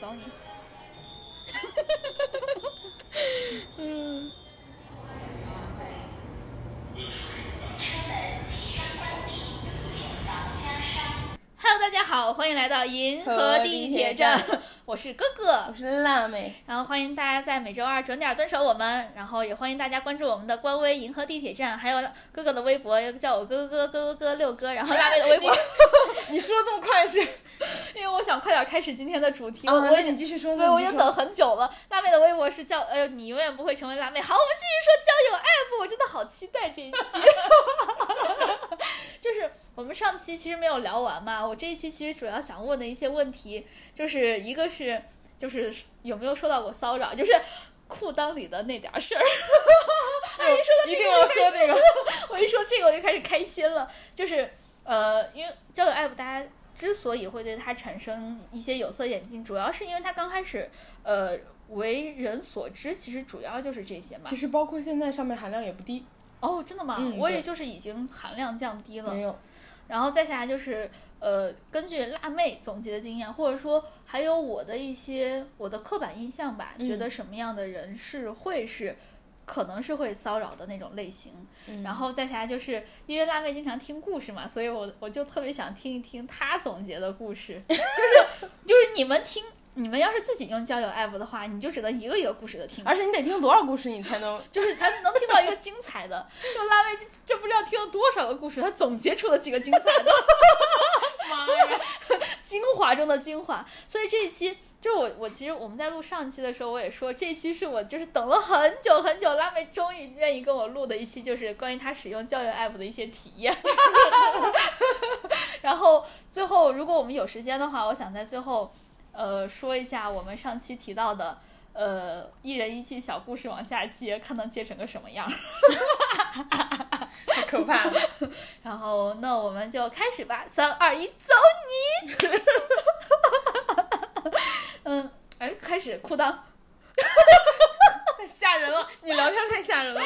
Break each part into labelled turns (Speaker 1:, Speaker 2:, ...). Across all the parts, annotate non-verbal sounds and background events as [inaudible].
Speaker 1: 教你。嗯。Hello，大家好，欢迎来到银河地铁站，
Speaker 2: 河地铁
Speaker 1: 我是哥哥
Speaker 2: 我，哦是辣妹，
Speaker 1: 然后欢迎大家在每周二准点蹲守我们，然后也欢迎大家关注我们的官微“银河地铁站”，还有哥哥的微博，叫我哥哥哥哥哥哥六哥，然后辣妹的微 [laughs] 博，
Speaker 2: [laughs] 你说这么快 [laughs] 是？
Speaker 1: 因为我想快点开始今天的主题，
Speaker 2: 哦，
Speaker 1: 我
Speaker 2: 那
Speaker 1: 已经
Speaker 2: 你继续说，
Speaker 1: 对我已
Speaker 2: 也
Speaker 1: 经等很久了。辣妹的微博是叫呃，你永远不会成为辣妹。好，我们继续说交友 app，我真的好期待这一期。 [laughs]
Speaker 2: [laughs]
Speaker 1: 就是我们上期其实没有聊完嘛，我这一期其实主要想问的一些问题，就是一个是就是有没有受到过骚扰，就是裤裆里的那点儿事儿。
Speaker 2: 一定要说这个。 [laughs]
Speaker 1: [laughs] 我一说这个我就开始开心了，就是呃，因为交友 app 大家之所以会对它产生一些有色眼镜，主要是因为它刚开始呃为人所知，其实主要就是这些嘛
Speaker 2: 其。实包括现在上面含量也不低，
Speaker 1: 哦，真的吗？
Speaker 2: 嗯
Speaker 1: 我
Speaker 2: 对
Speaker 1: 也就是已经含量降低了
Speaker 2: 没，有，
Speaker 1: 然后再下来就是呃，根据辣妹总结的经验，或者说还有我的一些我的刻板印象吧，
Speaker 2: 嗯
Speaker 1: 觉得什么样的人是会是。可能是会骚扰的那种类型，
Speaker 2: 嗯
Speaker 1: 然后再下来就是因为辣妹经常听故事嘛，所以我我就特别想听一听她总结的故事， [laughs] 就是就是你们听，你们要是自己用交友 app 的话，你就只能一个一个故事的听，
Speaker 2: 而且你得听多少故事你才能？
Speaker 1: 就是才能听到一个精彩的。 [laughs] 就辣妹这这不知道听了多少个故事，她总结出了几个精彩的。
Speaker 2: 妈呀！
Speaker 1: [laughs] 精华中的精华。所以这一期就是我，我其实我们在录上期的时候，我也说这一期是我就是等了很久很久，辣妹终于愿意跟我录的一期，就是关于她使用教育 app 的一些体验。 [laughs] 然后最后，如果我们有时间的话，我想在最后，呃，说一下我们上期提到的。呃，一人一句小故事往下接，看能接成个什么样。
Speaker 2: 太 [laughs] 可怕了！
Speaker 1: 然后，那我们就开始吧，三二一，走你！ [laughs] 嗯，哎，开始裤裆，
Speaker 2: [laughs] 太吓人了，你聊天太吓 [laughs] 人了。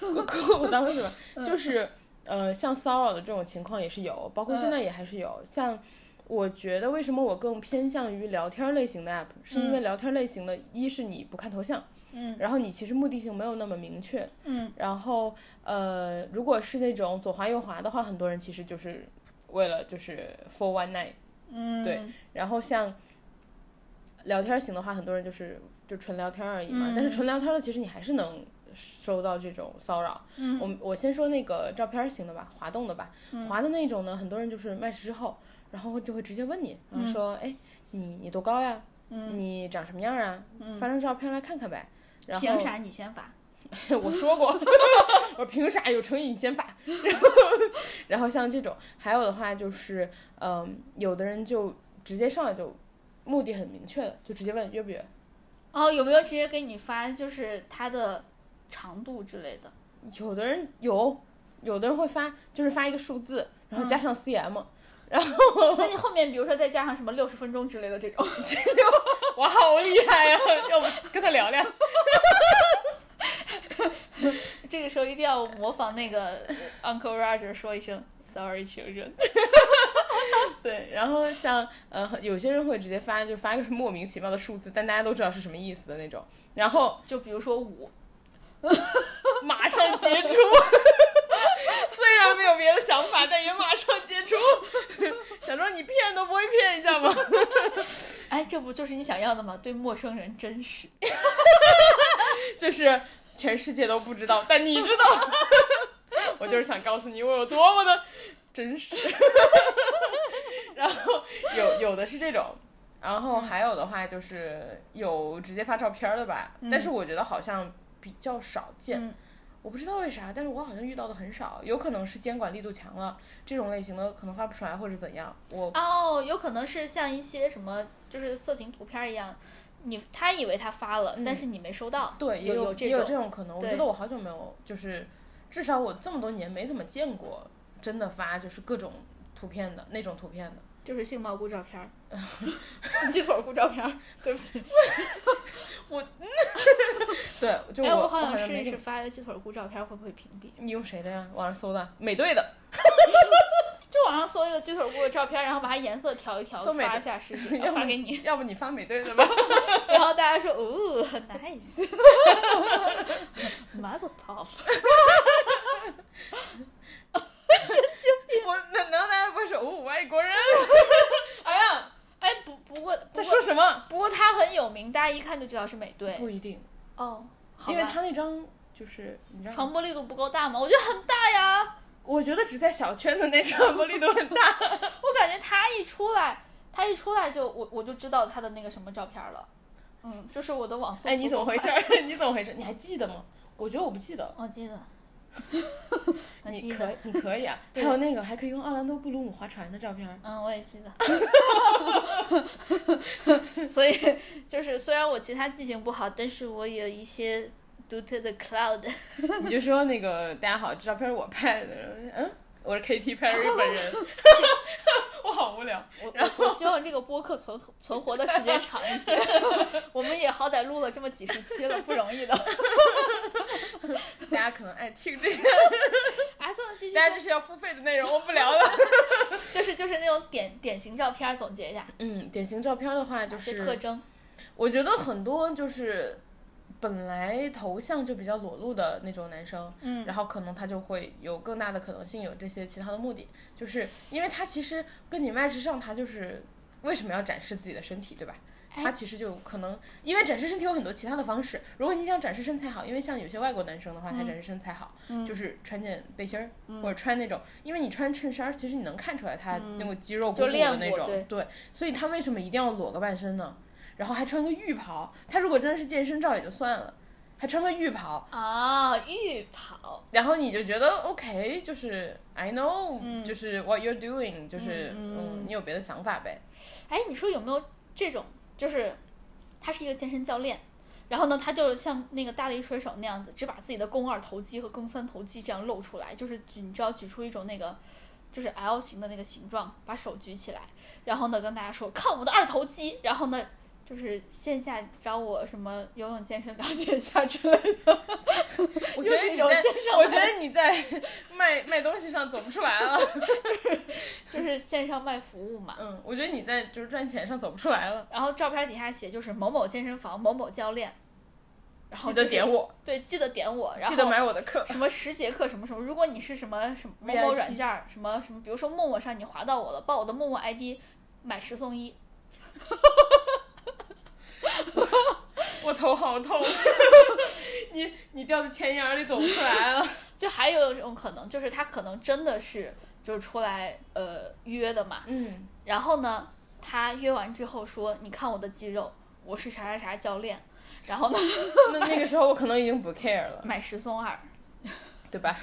Speaker 2: 裤裤裆 [laughs] 是吧？就是呃，像骚扰的这种情况也是有，包括现在也还是有。像我觉得为什么我更偏向于聊天类型的 app，是因为聊天类型的，一是你不看头像，
Speaker 1: 嗯
Speaker 2: 然后你其实目的性没有那么明确，
Speaker 1: 嗯
Speaker 2: 然后呃，如果是那种左滑右滑的话，很多人其实就是为了就是 for one night。
Speaker 1: 嗯，
Speaker 2: 对，然后像聊天型的话，很多人就是就纯聊天而已嘛。
Speaker 1: 嗯
Speaker 2: 但是纯聊天的，其实你还是能收到这种骚扰。
Speaker 1: 嗯
Speaker 2: 我我先说那个照片型的吧，滑动的吧，滑的那种呢，很多人就是 match 之后。然后就会直接问你，然后说，哎、你你多高呀？
Speaker 1: 嗯
Speaker 2: 你长什么样啊？
Speaker 1: 嗯，
Speaker 2: 发张照片来看看呗。然后
Speaker 1: 凭啥你先发？
Speaker 2: [laughs] 我说过，我说凭啥有成语你先发？ [laughs] 然后，然后像这种，还有的话就是，嗯、有的人就直接上来就目的很明确的，就直接问约不约，
Speaker 1: 哦，有没有直接给你发就是它的长度之
Speaker 2: [laughs]
Speaker 1: 类的？
Speaker 2: 有的人有，有的人会发就是发一个数字，然后加上 CM，、
Speaker 1: 那你后面比如说再加上什么六十分钟之类的
Speaker 2: [laughs]
Speaker 1: 这种，
Speaker 2: 我好厉害呀、要不跟他聊聊？
Speaker 1: [laughs] 这个时候一定要模仿那个 Uncle Roger 说一声 “Sorry children”。
Speaker 2: 对，然后像呃，有些人会直接发，就发一个莫名其妙的数字，但大家都知道是什么意思的那种，然后
Speaker 1: 就比如说五，
Speaker 2: 马上结束。虽然没有别的想法，但也马上结束。 [laughs] 想说你骗都不会骗一下吗？
Speaker 1: 哎，这不就是你想要的吗？对陌生人真实。
Speaker 2: 就是全世界都不知道，但你知道。 [laughs] 我就是想告诉你，我有多么的真实。 [laughs] 然后有有的是这种，然后还有的话就是有直接发照片的吧，但是我觉得好像比较少见。
Speaker 1: 嗯
Speaker 2: 我不知道为啥，但是我好像遇到的很少，有可能是监管力度强了，这种类型的可能发不出来或者怎样。我
Speaker 1: 哦，有可能是像一些什么，就是色情图片一样，你他以为他发了，
Speaker 2: 嗯
Speaker 1: 但是你没收到。
Speaker 2: 对也
Speaker 1: 有
Speaker 2: 有
Speaker 1: 这
Speaker 2: 也有
Speaker 1: 种
Speaker 2: 这种可能，我
Speaker 1: 对
Speaker 2: 觉得我好久没有，就是至少我这么多年没怎么见过真的发就是各种图片的那种图片的。
Speaker 1: 就是性毛菇照片儿， [laughs] 鸡腿儿菇照片儿。对不起，
Speaker 2: 对，就
Speaker 1: 哎，
Speaker 2: 我
Speaker 1: 好想
Speaker 2: 像
Speaker 1: 试
Speaker 2: 没
Speaker 1: 一
Speaker 2: 怎
Speaker 1: 试
Speaker 2: 么。
Speaker 1: 发鸡腿儿菇照片会不会屏蔽？
Speaker 2: 你用谁的呀？网上搜的，美队的。
Speaker 1: 就网上搜一个鸡腿骨的照片，然后把它颜色调一调，
Speaker 2: 搜美
Speaker 1: 发
Speaker 2: 队
Speaker 1: 一下 [laughs] 试试，
Speaker 2: 要不
Speaker 1: 发给你。
Speaker 2: 要不你发美队的吧？ [laughs]
Speaker 1: 然后大家说，哦，nice，马祖 top，
Speaker 2: 我难难道大家不会说哦外国人？哎呀，
Speaker 1: 哎，不不过不
Speaker 2: 在
Speaker 1: 过
Speaker 2: 说什么？
Speaker 1: 不过他很有名，大家一看就知道是美队。
Speaker 2: 不一定，
Speaker 1: 哦，好
Speaker 2: 因为
Speaker 1: 吧，
Speaker 2: 他那张就是你知道吗，
Speaker 1: 传播力度不够大吗？我觉得很大呀，
Speaker 2: 我觉得只在小圈子内传播力度很大。
Speaker 1: [laughs] 我感觉他一出来，他一出来就我我就知道他的那个什么照片了。嗯，就是我的网速。
Speaker 2: 哎，你怎么回事？ [laughs] 你怎么回事？你还记得吗？我觉得我不记得。
Speaker 1: 我哦记
Speaker 2: [laughs]
Speaker 1: 得，我
Speaker 2: 你
Speaker 1: 记
Speaker 2: 可
Speaker 1: 得，
Speaker 2: 以你可以啊，
Speaker 1: [laughs] 对
Speaker 2: 还有那个还可以用奥兰多布鲁姆划船的照片儿，
Speaker 1: 嗯，我也记得。 [laughs] 所以就是，虽然我其他记性不好，但是我有一些独特的 cloud。
Speaker 2: [laughs] 你就说那个大家好，这照片儿我拍的， [laughs] 嗯，我是 Katy Perry 本人， [laughs] 我好无聊。
Speaker 1: 我我我希望这个播客存存活的时间长一
Speaker 2: [laughs]
Speaker 1: 些。我们也好歹录了这么几十期了，不容易
Speaker 2: [laughs]
Speaker 1: 的。
Speaker 2: 大家可能爱听 [laughs] 这些，
Speaker 1: 啊，算了，继续说。
Speaker 2: 大家就是要付费的内容，我不聊了。
Speaker 1: 就是就是那种典典型照片，总结一下
Speaker 2: 嗯，典型照片儿的话，就
Speaker 1: 哪些
Speaker 2: 是
Speaker 1: 特征。
Speaker 2: 我觉得很多就是本来头像就比较裸露的那种男生，
Speaker 1: 嗯
Speaker 2: 然后可能他就会有更大的可能性有这些其他的目的，就是因为他其实跟你 match 上，他就是为什么要展示自己的身体，对吧？
Speaker 1: 哎
Speaker 2: 他其实就可能，因为展示身体有很多其他的方式。如果你想展示身材好，因为像有些外国男生的话，
Speaker 1: 嗯
Speaker 2: 他展示身材好，就是穿件背心儿、或者穿那种，因为你穿衬衫儿，其实你能看出来他那个肌肉
Speaker 1: 嗯
Speaker 2: 鼓
Speaker 1: 就
Speaker 2: 鼓的
Speaker 1: 练
Speaker 2: 那
Speaker 1: 过
Speaker 2: 种，
Speaker 1: 对
Speaker 2: 对，所以他为什么一定要裸个半身呢？然后还穿个浴袍，他如果真的是健身照也就算了，还穿个浴袍，
Speaker 1: 啊，浴袍，
Speaker 2: 然后你就觉得 OK，就是 I know，、
Speaker 1: 嗯
Speaker 2: 就是 what you're doing，就是
Speaker 1: 嗯
Speaker 2: 嗯你有别的想法
Speaker 1: [laughs]
Speaker 2: 呗。
Speaker 1: 哎，你说有没有这种，就是他是一个健身教练，然后呢，他就像那个大力水手那样子，只把自己的肱二头肌和肱三头肌这样露出来，就是举，你知道举出一种那个。就是 L 型的那个形状，把手举起来，然后呢跟大家说看我的二头肌，然后呢就是线下找我什么游泳健身了解一下之类的。 [laughs]
Speaker 2: 我
Speaker 1: 又
Speaker 2: 觉得
Speaker 1: 是
Speaker 2: 你
Speaker 1: 这种
Speaker 2: 在
Speaker 1: 现象，
Speaker 2: 我觉得你在 [laughs] 卖卖东西上走不出来了。
Speaker 1: 就是线上卖服务嘛。
Speaker 2: 嗯，我觉得你在就是赚钱上走不出来了。
Speaker 1: 然后照片底下写就是某某健身房某某教练，然后、
Speaker 2: 记
Speaker 1: 就
Speaker 2: 得
Speaker 1: 是、
Speaker 2: 点我，
Speaker 1: 对，记得点我，然后
Speaker 2: 记得买我的课。
Speaker 1: 什么十节课什么什么，如果你是什么什么某某
Speaker 2: VIP
Speaker 1: 软件儿什么什么，比如说陌陌上你划到我了，报我的陌陌 ID 买十送一，
Speaker 2: 我头好
Speaker 1: [laughs]
Speaker 2: 痛，你你掉在钱眼儿里走不出来
Speaker 1: [laughs]
Speaker 2: 了。
Speaker 1: 就还有一种可能就是他可能真的是就是出来呃约的嘛，
Speaker 2: 嗯，
Speaker 1: 然后呢他约完之后说你看我的肌肉，我是啥啥啥教练，然后呢
Speaker 2: 那那个时候我可能已经不 care 了，
Speaker 1: 买十送二，
Speaker 2: 对吧？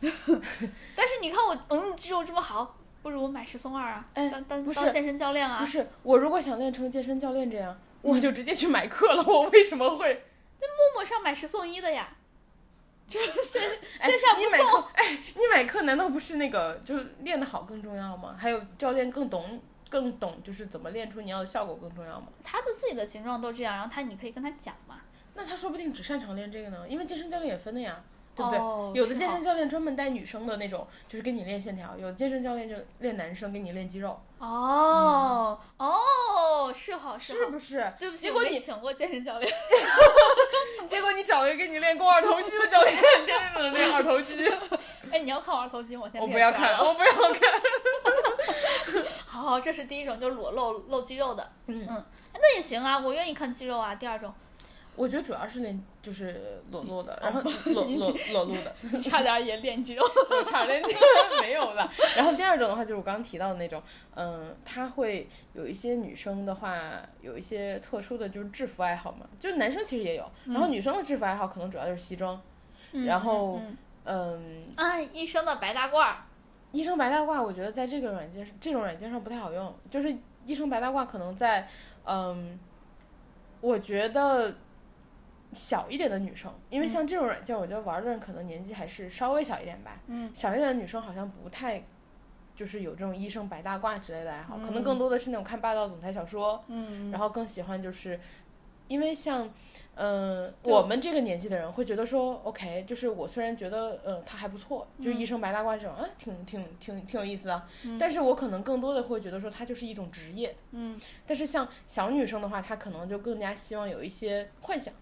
Speaker 1: 但是你看我，嗯，肌肉这么好，不如我买十送二啊，
Speaker 2: 哎
Speaker 1: 当当
Speaker 2: 不是
Speaker 1: 当健身教练
Speaker 2: 不
Speaker 1: 啊，
Speaker 2: 是，我如果想练成健身教练这样，我就直接去买课了。我为什么会？
Speaker 1: 陌陌上买十送一的呀，就是线
Speaker 2: 哎
Speaker 1: 线下不
Speaker 2: 你买
Speaker 1: 送
Speaker 2: 课，哎， [laughs] 你买课难道不是那个就是练得好更重要吗？还有教练更懂，更懂就是怎么练出你要的效果更重要吗？
Speaker 1: 他的自己的形状都这样，然后他你可以跟他讲嘛，
Speaker 2: 那他说不定只擅长练这个呢，因为健身教练也分的呀，对不对？
Speaker 1: 哦
Speaker 2: 有的
Speaker 1: 是
Speaker 2: 健
Speaker 1: 哈
Speaker 2: 身教练专门带女生的那种，就是给你练线条；有的健身教练就练男生，给你练肌肉，
Speaker 1: 哦哦，是好是
Speaker 2: 啊是
Speaker 1: 好。
Speaker 2: 不是？ [laughs]
Speaker 1: 对不起，
Speaker 2: 结果
Speaker 1: 我没
Speaker 2: 你
Speaker 1: 请过健身教练， [laughs]
Speaker 2: 结果你找一个给你练肱二头肌的教练， [laughs] 天天只能练二头肌，
Speaker 1: 哎，你要看我二头肌，我先
Speaker 2: [laughs] 我不
Speaker 1: 练
Speaker 2: 要
Speaker 1: 出来
Speaker 2: 看，
Speaker 1: 了。
Speaker 2: 我不要 [laughs] 看。
Speaker 1: 好好，这是第一种，就是裸露露肌肉的，
Speaker 2: 嗯
Speaker 1: 嗯，那也行啊，我愿意看肌肉啊。第二
Speaker 2: [laughs]
Speaker 1: 种，
Speaker 2: 我觉得主要是练就是裸露的，然后裸裸 [laughs] 裸露的，
Speaker 1: 你差点也练肌肉，
Speaker 2: [laughs] 我差点就没有了。然后第二种的话，就是我刚刚提到的那种，嗯，他会有一些女生的话，有一些特殊的就是制服爱好嘛，就是男生其实也有，然后女生的制服爱好可能主要就是西装，
Speaker 1: 嗯
Speaker 2: 然后
Speaker 1: 嗯
Speaker 2: 嗯，
Speaker 1: 嗯哎，一身的白大褂儿，
Speaker 2: 医生白大褂，我觉得在这个软件上这种软件上不太好用，就是医生白大褂可能在嗯，我觉得。小一点的女生，
Speaker 1: 嗯
Speaker 2: 因为像这种软件，我觉得玩的人可能年纪还是稍微小一点吧。
Speaker 1: 嗯，
Speaker 2: 小一点的女生好像不太，就是有这种医生白大褂之类的爱好，可能
Speaker 1: 嗯
Speaker 2: 更多的是那种看霸道总裁小说，
Speaker 1: 嗯，
Speaker 2: 然后更喜欢就是因为像，嗯，
Speaker 1: 对
Speaker 2: 我们这个年纪的人会觉得说，OK，就是我虽然觉得，嗯，他还不错，就是一生白大褂这种，啊，挺挺挺挺有意思的，但是我可能更多的会觉得说，它就是一种职业，
Speaker 1: 嗯，
Speaker 2: 但是像小女生的话，她可能就更加希望有一些幻想，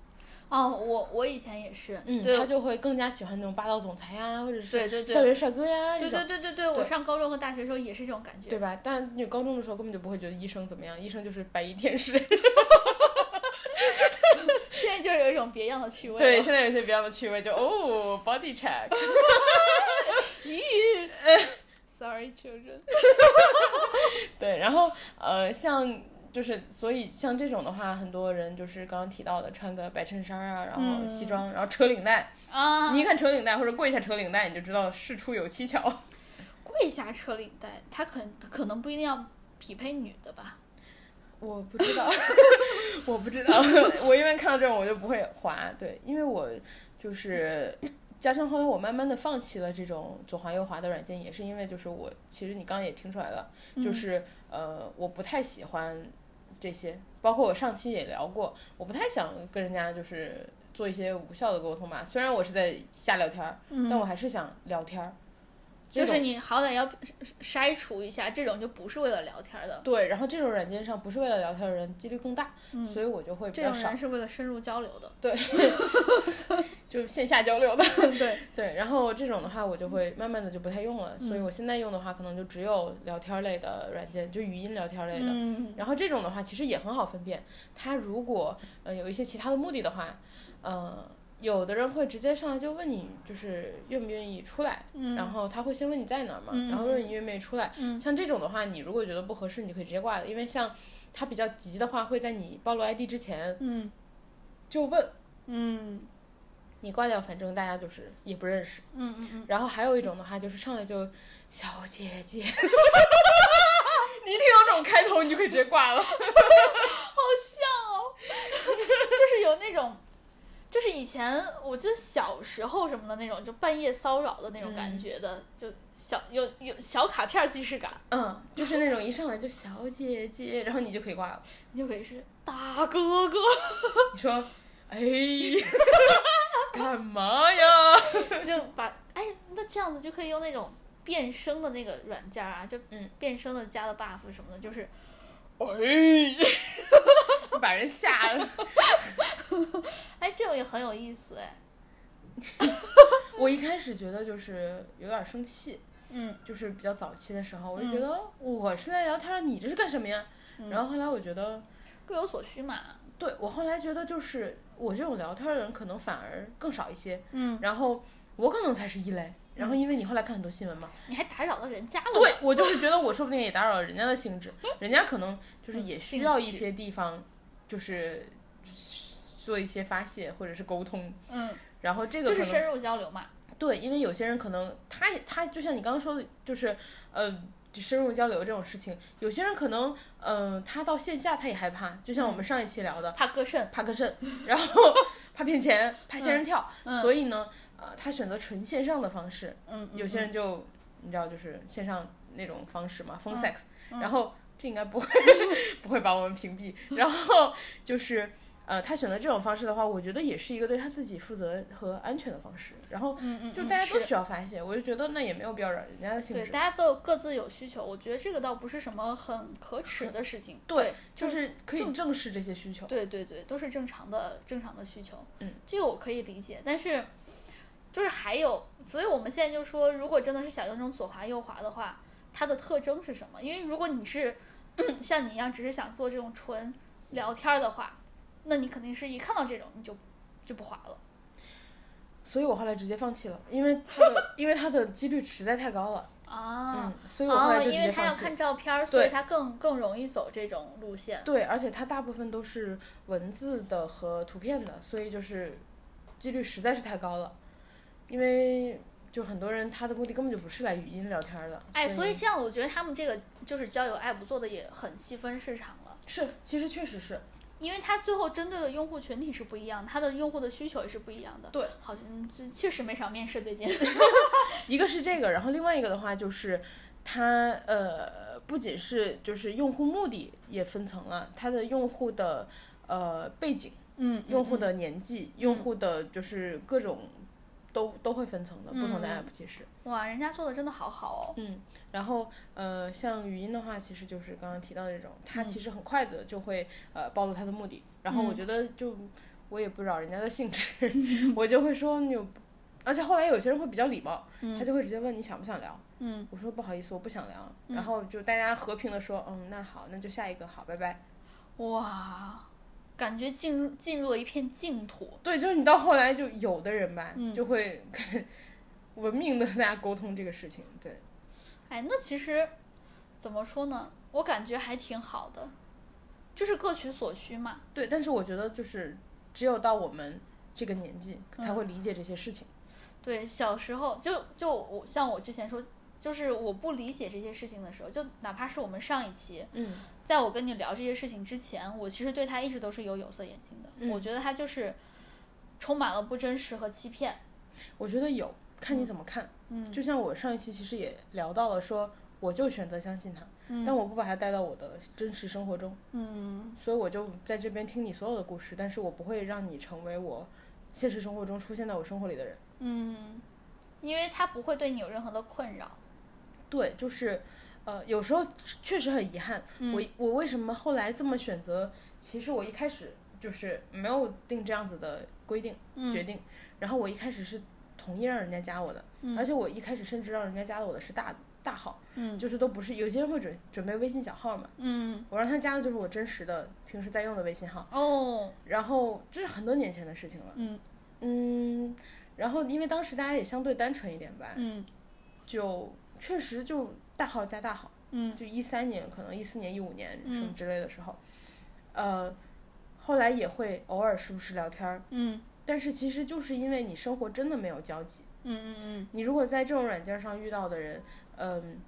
Speaker 1: 哦，我我以前也是，
Speaker 2: 嗯，
Speaker 1: 对
Speaker 2: 她就会更加喜欢那种霸道总裁呀，或者是
Speaker 1: 对对
Speaker 2: 校
Speaker 1: 对。
Speaker 2: 园帅哥呀，
Speaker 1: 对
Speaker 2: 这种
Speaker 1: 对对对对，我上高中和大学的时候也是这种感觉。
Speaker 2: 对吧？但你高中的时候根本就不会觉得医生怎么样，医生就是白衣天使。
Speaker 1: 现在就是有一种别样的趣味了。 [laughs]
Speaker 2: 对，现在有些比较的趣味就哦，body check。
Speaker 1: ，Sorry children。
Speaker 2: 对，然后呃，像就是所以像这种的话，很多人就是刚刚提到的，穿个白衬衫啊，然后西装，然后扯领带。
Speaker 1: 啊，
Speaker 2: 你一看扯领带或者跪下扯领带，你就知道事出有蹊跷。
Speaker 1: 跪下车领带，它可可能不一定要匹配女的吧？
Speaker 2: 我不知 [laughs] 道，我不知道， [laughs] 我一般看到这种我就不会滑，对，因为我就是。加上后来我慢慢的放弃了这种左滑右滑的软件，也是因为就是我其实你刚刚也听出来了，
Speaker 1: 嗯
Speaker 2: 就是呃我不太喜欢这些，包括我上期也聊过，我不太想跟人家就是做一些无效的沟通吧。虽然我是在瞎聊天儿，但我还是想聊天儿。
Speaker 1: 嗯
Speaker 2: 这
Speaker 1: 就
Speaker 2: 种
Speaker 1: 是你好歹要筛除一下，这种就不是为了聊天的，
Speaker 2: 对，然后这种软件上不是为了聊天的人几率更大，
Speaker 1: 嗯
Speaker 2: 所以我就会比
Speaker 1: 这
Speaker 2: 较
Speaker 1: 种
Speaker 2: 少
Speaker 1: 人，是为了深入交流的。
Speaker 2: 就线下交流吧。
Speaker 1: [laughs]
Speaker 2: [laughs]
Speaker 1: 对，
Speaker 2: 对，然后这种的话，我就会慢慢的就不太用了，所
Speaker 1: 嗯
Speaker 2: 以我现在用的话，可能就只有聊天类的软件，就语音聊天类的。
Speaker 1: 嗯，
Speaker 2: 然后这种的话，其实也很好分辨，他如果呃有一些其他的目的的话，呃，有的人会直接上来就问你，就是愿不愿意出来，
Speaker 1: 嗯
Speaker 2: 然后他会先问你在哪儿嘛，
Speaker 1: 嗯
Speaker 2: 然后问你愿不愿意出来。
Speaker 1: 嗯
Speaker 2: 像这种的话，你如果觉得不合适，你可以直接挂了，因为像他比较急的话，会在你暴露 ID 之前
Speaker 1: 嗯
Speaker 2: 就问
Speaker 1: 嗯
Speaker 2: 你挂掉，反正大家就是也不认识。
Speaker 1: 嗯嗯嗯，
Speaker 2: 然后还有一种的话，就是上来就小姐
Speaker 1: [laughs]
Speaker 2: 姐，你一听到这种开头，你就可以直接挂了。
Speaker 1: 好像哦， [laughs] 就是有那种。就是以前我记得小时候什么的那种，就半夜骚扰的那种感觉的，就小有有小卡片儿既视感，
Speaker 2: 嗯，就是那种一上来就小姐姐，然后你就可以挂了。
Speaker 1: 你就可以是大哥哥，
Speaker 2: 你 [laughs] 说，哎，干嘛呀？
Speaker 1: [laughs] 就把哎，那这样子就可以用那种变声的那个软件啊，就
Speaker 2: 嗯
Speaker 1: 变声的加了 buff 什么的，就是
Speaker 2: [laughs] 哎，把人吓了。
Speaker 1: 哎，这种也很有意思哎。
Speaker 2: 我一开始觉得就是有点生气，
Speaker 1: 嗯，
Speaker 2: 就是比较早期的时候，我就觉得、哦我是在聊天，你这是干什么呀？
Speaker 1: 嗯
Speaker 2: 然后后来我觉得。
Speaker 1: 各有所需嘛。
Speaker 2: 对我后来觉得，就是我这种聊天的人可能反而更少一些，
Speaker 1: 嗯，
Speaker 2: 然后我可能才是一类。然后因为你后来看很多新闻嘛，
Speaker 1: 你还打扰到人家了。， [laughs]
Speaker 2: 对我就是觉得我说不定也打扰了人家的兴致，人家可能就是
Speaker 1: 嗯
Speaker 2: 也
Speaker 1: 兴
Speaker 2: 需要一
Speaker 1: 趣
Speaker 2: 些地方，就是做一些发泄或者是沟通。
Speaker 1: 嗯，
Speaker 2: 然后这个
Speaker 1: 就
Speaker 2: 可
Speaker 1: 是
Speaker 2: 能
Speaker 1: 深入交流嘛。
Speaker 2: 对，因为有些人可能他也他就像你刚刚说的，就是呃深入交流这种事情，有些人可能嗯、呃他到线下他也害怕，就像
Speaker 1: 嗯
Speaker 2: 我们上一期聊的。
Speaker 1: 怕割肾。
Speaker 2: 怕割肾，然后 [laughs] 怕骗钱，怕仙人跳，
Speaker 1: 嗯
Speaker 2: 所以呢，呃，他选择纯线上的方式。
Speaker 1: 嗯，
Speaker 2: 有些人就、你知道，就是线上那种方式嘛，phone sex，、
Speaker 1: 嗯
Speaker 2: 然后这应该
Speaker 1: [laughs]
Speaker 2: 不会不会把我们屏蔽。然后就是呃，他选择这种方式的话，我觉得也是一个对他自己负责和安全的方式。然后
Speaker 1: 嗯嗯，
Speaker 2: 就
Speaker 1: 嗯
Speaker 2: 大家都
Speaker 1: 是
Speaker 2: 需要发泄，我就觉得那也没有必要扰人家的兴
Speaker 1: 对，
Speaker 2: 致。
Speaker 1: 大家都有各自有需求，我觉得这个倒不是什么很可耻的事情。
Speaker 2: 对，就是可
Speaker 1: 就
Speaker 2: 以正视这些需求。
Speaker 1: 对对对，都是正常的正常的需求，
Speaker 2: 嗯，
Speaker 1: 这个我可以理解，但是就是还有，所以我们现在就说，如果真的是想用这种左滑右滑的话，它的特征是什么？因为如果你是 [clears throat] 像你一样只是想做这种纯聊天儿的话，那你肯定是一看到这种你就就不滑了。
Speaker 2: 所以我后来直接放弃了，因为他的因为他的几率实在太高了。
Speaker 1: 啊
Speaker 2: 嗯，，所以我后
Speaker 1: 哦，
Speaker 2: 来就直
Speaker 1: 因为
Speaker 2: 接
Speaker 1: 他要
Speaker 2: 放弃。
Speaker 1: 看照片儿，所以
Speaker 2: 对
Speaker 1: 他更更容易走这种路线。
Speaker 2: 对，而且它大部分都是文字的和图片的，所以就是几率实在是太高了。因为就很多人他的目的根本就不是来语音聊天的。
Speaker 1: 哎，所以这样我觉得他们这个就是交友 app 做的也很细分市场了。
Speaker 2: 是其实确实是
Speaker 1: 因为它最后针对的用户群体是不一样的，它的用户的需求也是不一样的。
Speaker 2: 对，
Speaker 1: 好像嗯这确实没少面试最
Speaker 2: [laughs]
Speaker 1: 近。
Speaker 2: 一个是这个，然后另外一个的话就是它呃不仅是就是用户目的也分层了，它的用户的呃背景、
Speaker 1: 嗯，
Speaker 2: 用户
Speaker 1: 嗯
Speaker 2: 的年纪、用户的就是各种都都会分层的，不同的
Speaker 1: 嗯
Speaker 2: app 其实。
Speaker 1: 哇，人家做的真的好好哦。
Speaker 2: 嗯，然后呃，像语音的话，其实就是刚刚提到的这种，它
Speaker 1: 嗯
Speaker 2: 其实很快的就会呃暴露它的目的。然后我觉得就、我也不扰人家的兴
Speaker 1: [laughs]
Speaker 2: 致，我就会说你有，而且后来有些人会比较礼貌，他就会直接问你想不想聊。
Speaker 1: 嗯，
Speaker 2: 我说不好意思，我不想聊。然后就大家和平的说，嗯，那好，那就下一个，好，拜拜。
Speaker 1: 哦哇，感觉进入进入了一片净土。
Speaker 2: 对，就是你到后来就有的人吧，
Speaker 1: 嗯
Speaker 2: 就会文明的跟大家沟通这个事情，对。
Speaker 1: 哎，那其实怎么说呢？我感觉还挺好的，就是各取所需嘛。
Speaker 2: 对，但是我觉得就是只有到我们这个年纪
Speaker 1: 嗯
Speaker 2: 才会理解这些事情。
Speaker 1: 对，小时候就就我像我之前说，就是我不理解这些事情的时候，就哪怕是我们上一期，
Speaker 2: 嗯
Speaker 1: 在我跟你聊这些事情之前，我其实对他一直都是有有色眼镜的。
Speaker 2: 嗯
Speaker 1: 我觉得他就是充满了不真实和欺骗。
Speaker 2: 我觉得有，看你怎么看。
Speaker 1: 嗯
Speaker 2: 就像我上一期其实也聊到了说。我就选择相信他，
Speaker 1: 嗯
Speaker 2: 但我不把他带到我的真实生活中，
Speaker 1: 嗯
Speaker 2: 所以我就在这边听你所有的故事，但是我不会让你成为我现实生活中出现在我生活里的人。
Speaker 1: 嗯，因为他不会对你有任何的困扰。
Speaker 2: 对，就是，呃，有时候确实很遗憾，
Speaker 1: 嗯
Speaker 2: 我我为什么后来这么选择？其实我一开始就是没有定这样子的规定、
Speaker 1: 嗯
Speaker 2: 决定，然后我一开始是同意让人家加我的，而且我一开始甚至让人家加的我的是大大号，
Speaker 1: 嗯
Speaker 2: 就是都不是有些人会准准备微信小号嘛，
Speaker 1: 嗯
Speaker 2: 我让他加的就是我真实的平时在用的微信号，
Speaker 1: 哦
Speaker 2: 然后这是很多年前的事情了，
Speaker 1: 嗯
Speaker 2: 嗯，然后因为当时大家也相对单纯一点吧，
Speaker 1: 嗯
Speaker 2: 就确实就大号加大号。
Speaker 1: 嗯
Speaker 2: 就一三年，可能一四年、一五年什
Speaker 1: 嗯
Speaker 2: 么之类的时候，呃，后来也会偶尔时不时聊天儿，
Speaker 1: 嗯
Speaker 2: 但是其实就是因为你生活真的没有交集，
Speaker 1: 嗯嗯
Speaker 2: 你如果在这种软件上遇到的人，嗯、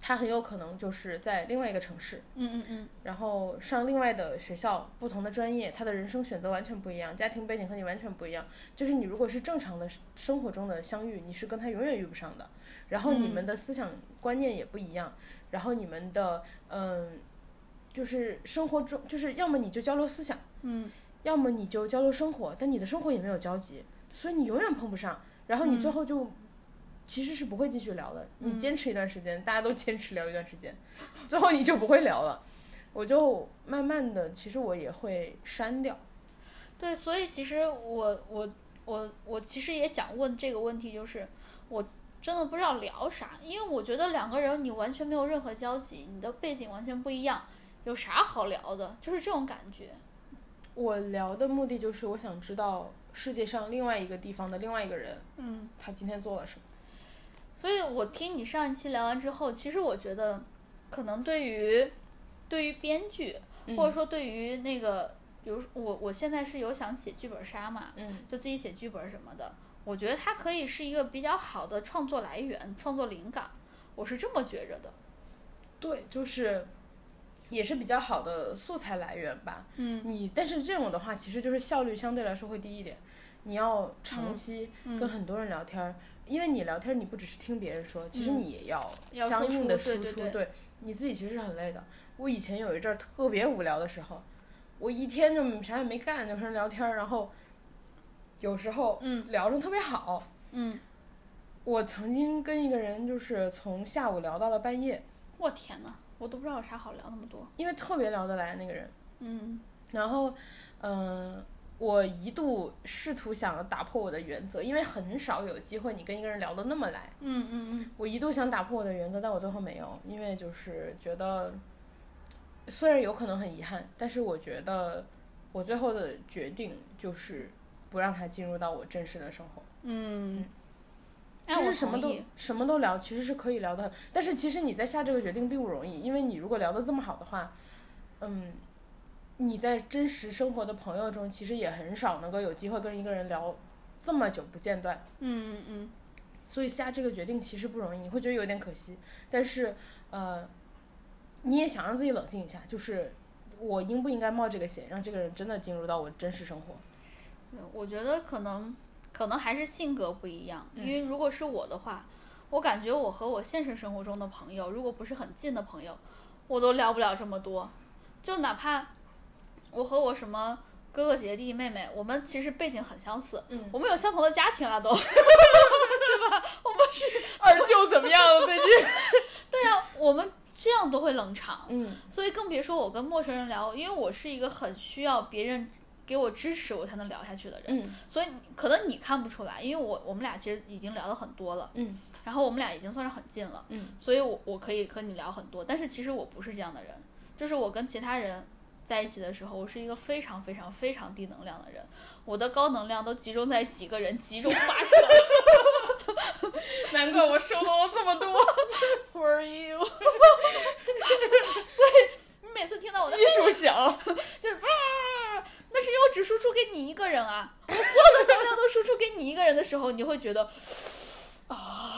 Speaker 2: 他很有可能就是在另外一个城市，
Speaker 1: 嗯嗯
Speaker 2: 然后上另外的学校、不同的专业，他的人生选择完全不一样，家庭背景和你完全不一样。就是你如果是正常的生生活中的相遇，你是跟他永远遇不上的。然后你们的思想观念也不一样，然后你们的嗯，就是生活中就是要么你就交流思想，
Speaker 1: 嗯
Speaker 2: 要么你就交流生活，但你的生活也没有交集，所以你永远碰不上。然后你最后就、其实是不会继续聊的。你坚持一段时间，大家都坚持聊一段时间，最后你就不会聊了。我就慢慢的，其实我也会删掉。
Speaker 1: 对，所以其实我我我我其实也想问这个问题，就是我真的不知道聊啥，因为我觉得两个人你完全没有任何交集，你的背景完全不一样，有啥好聊的？就是这种感觉。
Speaker 2: 我聊的目的就是我想知道世界上另外一个地方的另外一个人，
Speaker 1: 嗯，
Speaker 2: 他今天做了什么。
Speaker 1: 所以我听你上一期聊完之后，其实我觉得，可能对于对于编剧，
Speaker 2: 嗯
Speaker 1: 或者说对于那个，比如说我我现在是有想写剧本杀嘛，
Speaker 2: 嗯，
Speaker 1: 就自己写剧本什么的，我觉得它可以是一个比较好的创作来源、创作灵感，我是这么觉着的。
Speaker 2: 对，就是也是比较好的素材来源吧。
Speaker 1: 嗯
Speaker 2: 你但是这种的话，其实就是效率相对来说会低一点。你要长期
Speaker 1: 嗯
Speaker 2: 跟很多人聊天儿，因为你聊天儿你不只是听别人说，其实
Speaker 1: 嗯
Speaker 2: 你也要
Speaker 1: 要
Speaker 2: 相
Speaker 1: 输
Speaker 2: 应的
Speaker 1: 出对
Speaker 2: 输
Speaker 1: 对
Speaker 2: 出，
Speaker 1: 对
Speaker 2: 你自己其实是很累的。我以前有一阵儿特别无聊的时候，我一天就啥也没干，就跟人聊天儿，然后有时候
Speaker 1: 嗯
Speaker 2: 聊着特别好。
Speaker 1: 嗯，
Speaker 2: 我曾经跟一个人就是从下午聊到了半夜，
Speaker 1: 我天呐，我都不知道有啥好聊那么多。
Speaker 2: 因为特别聊得来那个人。
Speaker 1: 嗯
Speaker 2: 然后，嗯、我一度试图想要打破我的原则，因为很少有机会你跟一个人聊得那么来。
Speaker 1: 嗯嗯嗯，
Speaker 2: 我一度想打破我的原则，但我最后没有，因为就是觉得，虽然有可能很遗憾，但是我觉得我最后的决定就是不让他进入到我真实的生活。
Speaker 1: 嗯，哎
Speaker 2: 其
Speaker 1: 我
Speaker 2: 实什么
Speaker 1: 同
Speaker 2: 都
Speaker 1: 意
Speaker 2: 什么都聊，其实是可以聊的。但是其实你在下这个决定并不容易，因为你如果聊得这么好的话，嗯，你在真实生活的朋友中，其实也很少能够有机会跟一个人聊这么久不间断。
Speaker 1: 嗯嗯嗯，
Speaker 2: 所以下这个决定其实不容易，你会觉得有点可惜。但是呃，你也想让自己冷静一下，就是我应不应该冒这个险，让这个人真的进入到我真实生活？
Speaker 1: 我觉得可能可能还是性格不一样，
Speaker 2: 嗯
Speaker 1: 因为如果是我的话，我感觉我和我现实生活中的朋友，如果不是很近的朋友，我都聊不了这么多。就哪怕我和我什么哥哥姐姐弟弟妹妹，我们其实背景很相似，
Speaker 2: 嗯
Speaker 1: 我们有相同的家庭
Speaker 2: [laughs]
Speaker 1: 了都。
Speaker 2: 二舅怎么样了？最近？
Speaker 1: 对啊，我们这样都会冷场，
Speaker 2: [laughs] 嗯
Speaker 1: 所以更别说我跟陌生人聊，因为我是一个很需要别人给我支持我才能聊下去的人，
Speaker 2: 嗯
Speaker 1: 所以可能你看不出来，因为我我们俩其实已经聊了很多了，
Speaker 2: 嗯
Speaker 1: 然后我们俩已经算是很近了，
Speaker 2: 嗯，
Speaker 1: 所以我我可以和你聊很多，但是其实我不是这样的人，就是我跟其他人在一起的时候，我是一个非常非常非常低能量的人，我的高能量都集中在几个人集中发
Speaker 2: [laughs]
Speaker 1: 射
Speaker 2: 难怪我收了我这么多 [laughs]
Speaker 1: for you，所 [laughs] 以你每次听到我的
Speaker 2: 基数小。
Speaker 1: 就是叭，那是因为我只输出给你一个人啊，我所有的能量都输出给你一个人的时候，你会觉得
Speaker 2: [laughs]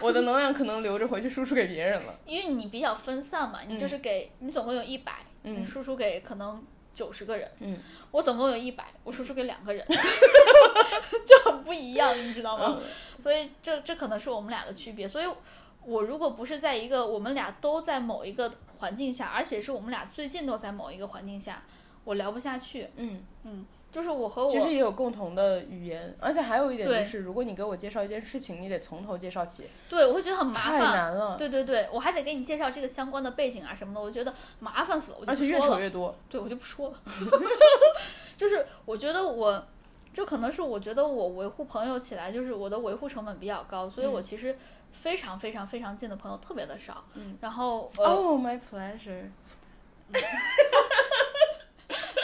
Speaker 2: 我的能量可能留着回去输出给别人了。
Speaker 1: 因为你比较分散嘛，你就是给、你总共有一百、
Speaker 2: 嗯
Speaker 1: 你输出给可能九十个人，
Speaker 2: 嗯，
Speaker 1: 我总共有一百，我输出给两个
Speaker 2: [laughs]
Speaker 1: 人，就很不一样，你知道
Speaker 2: 嗯
Speaker 1: 吗？所以这这可能是我们俩的区别。所以，我如果不是在一个我们俩都在某一个环境下，而且是我们俩最近都在某一个环境下，我聊不下去。
Speaker 2: 嗯，
Speaker 1: 就是我和我
Speaker 2: 其实也有共同的语言，而且还有一点就
Speaker 1: 对
Speaker 2: 是，如果你给我介绍一件事情，你得从头介绍起，
Speaker 1: 对我会觉得很麻
Speaker 2: 太
Speaker 1: 烦，
Speaker 2: 难了，
Speaker 1: 对对对，我还得给你介绍这个相关的背景啊什么的，我觉得麻烦死了，我就
Speaker 2: 而
Speaker 1: 不
Speaker 2: 且越
Speaker 1: 说
Speaker 2: 扯
Speaker 1: 了。
Speaker 2: 越多。
Speaker 1: 对，我就不说了。 [laughs] 就是我觉得我，这可能是我觉得我维护朋友起来，就是我的维护成本比较高，所以我其实非常非常非常近的朋友特别的少。
Speaker 2: 嗯，
Speaker 1: 然后
Speaker 2: [laughs]
Speaker 1: 呃，
Speaker 2: Oh my pleasure。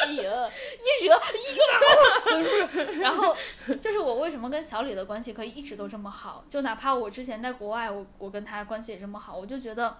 Speaker 1: 哎呀， [laughs] 一惹一个 [laughs] ，然后就是我为什么跟小李的关系可以一直都这么好，就哪怕我之前在国外，我我跟他关系也这么好，我就觉得。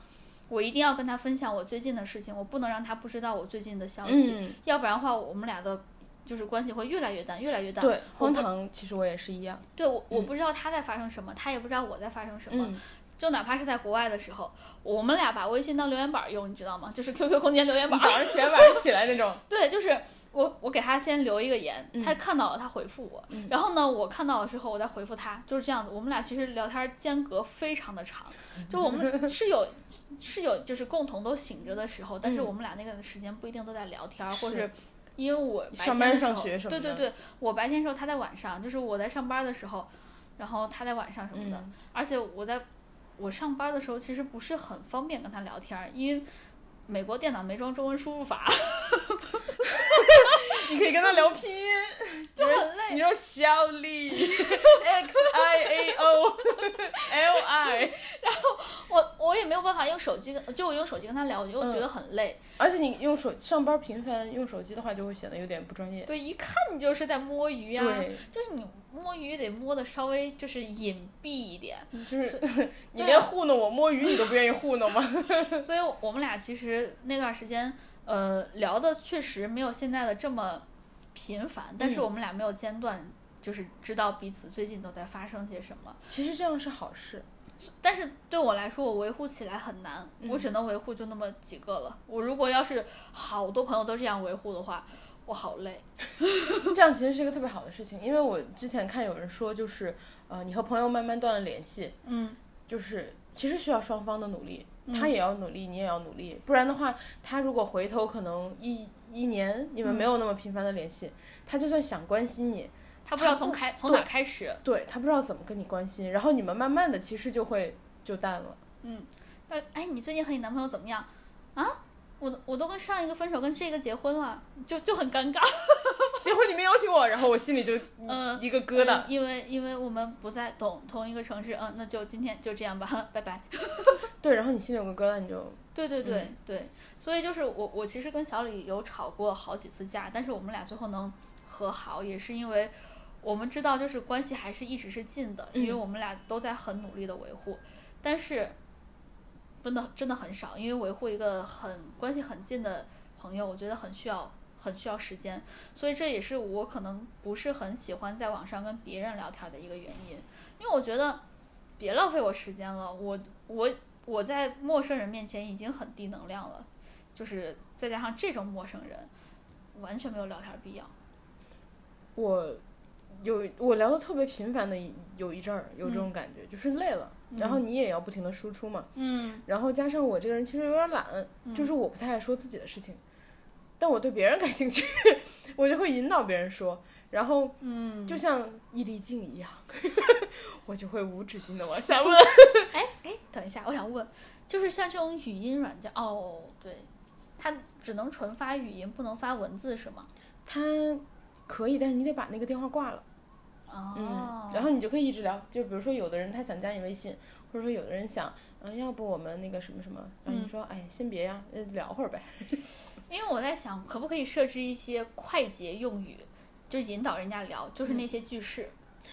Speaker 1: 我一定要跟他分享我最近的事情，我不能让他不知道我最近的消息，
Speaker 2: 嗯，
Speaker 1: 要不然的话，我们俩的就是关系会越来越淡，越来越淡。
Speaker 2: 对，
Speaker 1: 我
Speaker 2: 荒唐，其实我也是一样。
Speaker 1: 对我，我不知道他在发生什么，他也不知道我在发生什么。
Speaker 2: 嗯，
Speaker 1: 就哪怕是在国外的时候，我们俩把微信当留言板用，你知道吗？就是 [laughs] QQ 空间留言板。
Speaker 2: 早上起来，晚上起来那种。
Speaker 1: 对，就是我，我给他先留一个言，
Speaker 2: 嗯
Speaker 1: 他看到了，他回复我。
Speaker 2: 嗯
Speaker 1: 然后呢，我看到了之后，我再回复他，就是这样子。我们俩其实聊天间隔非常的
Speaker 2: [laughs]
Speaker 1: 长，就我们是有是有就是共同都醒着的时候，但是
Speaker 2: 嗯
Speaker 1: 我们俩那个时间不一定都在聊天儿，
Speaker 2: 是
Speaker 1: 或是。因为我白
Speaker 2: 上
Speaker 1: 天
Speaker 2: 班
Speaker 1: 的时候
Speaker 2: 上学什么
Speaker 1: 对对
Speaker 2: 的
Speaker 1: 对，我白天的时候他在晚上，就是我在上班的时候，然后他在晚上什么的，
Speaker 2: 嗯
Speaker 1: 而且我在我上班的时候其实不是很方便跟他聊天儿，因为美国电脑没装中文输入法， [laughs]
Speaker 2: 你可以跟他聊拼音，
Speaker 1: 就很累。
Speaker 2: 你说小李 [laughs] X I A O L I， [laughs]
Speaker 1: 我我也没有办法用手机跟，就我用手机跟他聊，我就觉得很累。
Speaker 2: 而且你用手上班频繁用手机的话，就会显得有点不专业。
Speaker 1: 对，一看你就是在摸鱼啊，
Speaker 2: 对，
Speaker 1: 就是你摸鱼得摸的稍微就是隐蔽一点。
Speaker 2: 就是 [laughs] 你
Speaker 1: 对啊
Speaker 2: 连糊弄我摸鱼你都不愿意糊弄吗？
Speaker 1: 所以我们俩其实那段时间，呃，聊的确实没有现在的这么频繁，但是
Speaker 2: 嗯
Speaker 1: 我们俩没有间断，就是知道彼此最近都在发生些什么。
Speaker 2: [laughs] 其实这样是好 [laughs] 事。
Speaker 1: 但是对我来说，我维护起来很难，
Speaker 2: 嗯
Speaker 1: 我只能维护就那么几个了。我如果要是好多朋友都这样维护的话，我好累。
Speaker 2: 这样其实是一个特别好的事情，因为我之前看有人说，就是呃，你和朋友慢慢断了联系，
Speaker 1: 嗯，
Speaker 2: 就是其实需要双方的努力，
Speaker 1: 嗯
Speaker 2: 他也要努力，你也要努力，不然的话，他如果回头可能一一年你们没有那么频繁的联系，他就算想关心你，
Speaker 1: 他不知道从开从哪开始。
Speaker 2: 对他不知道怎么跟你关心，然后你们慢慢的其实就会就淡了。
Speaker 1: 嗯，那哎，你最近和你男朋友怎么样啊？我都我都跟上一个分手，跟这个结婚了，就就很尴尬。
Speaker 2: [laughs] 结婚你没邀请我，然后我心里就
Speaker 1: 嗯
Speaker 2: 一个疙瘩。
Speaker 1: 嗯因为因为我们不在同同一个城市，嗯，那就今天就这样吧，拜拜。
Speaker 2: 嗯对，然后你心里有个疙瘩，你就
Speaker 1: 对对对、对，所以就是我我其实跟小李有吵过好几次架，但是我们俩最后能和好，也是因为我们知道就是关系还是一直是近的，因为
Speaker 2: 嗯
Speaker 1: 我们俩都在很努力的维护，但是真的真的很少，因为维护一个很关系很近的朋友，我觉得很需要。很需要时间，所以这也是我可能不是很喜欢在网上跟别人聊天的一个原因，因为我觉得别浪费我时间了，我我我在陌生人面前已经很低能量了，就是再加上这种陌生人，完全没有聊天必要。
Speaker 2: 我有我聊的特别频繁的一有一阵儿有这种感觉，就是累了，然后你也要不停的输出嘛，
Speaker 1: 嗯，
Speaker 2: 然后加上我这个人其实有点懒，
Speaker 1: 嗯
Speaker 2: 就是我不太爱说自己的事情，但我对别人感兴趣， [laughs] 我就会引导别人说。然后，嗯，就像易立竞一 [laughs] 样，我就会无止境的往下问。 [laughs]
Speaker 1: 哎哎，等一下，我想问，就是像这种语音软件，哦，对，它只能纯发语音，不能发文字是吗？
Speaker 2: 它可以，但是你得把那个电话挂了。
Speaker 1: 哦，
Speaker 2: 嗯然后你就可以一直聊，就比如说有的人他想加你微信，或者说有的人想，嗯，要不我们那个什么什么，然后你说，哎，先别呀，呃聊会儿呗。
Speaker 1: 因为我在想，可不可以设置一些快捷用语，就引导人家聊，就是
Speaker 2: 嗯
Speaker 1: 那些句式。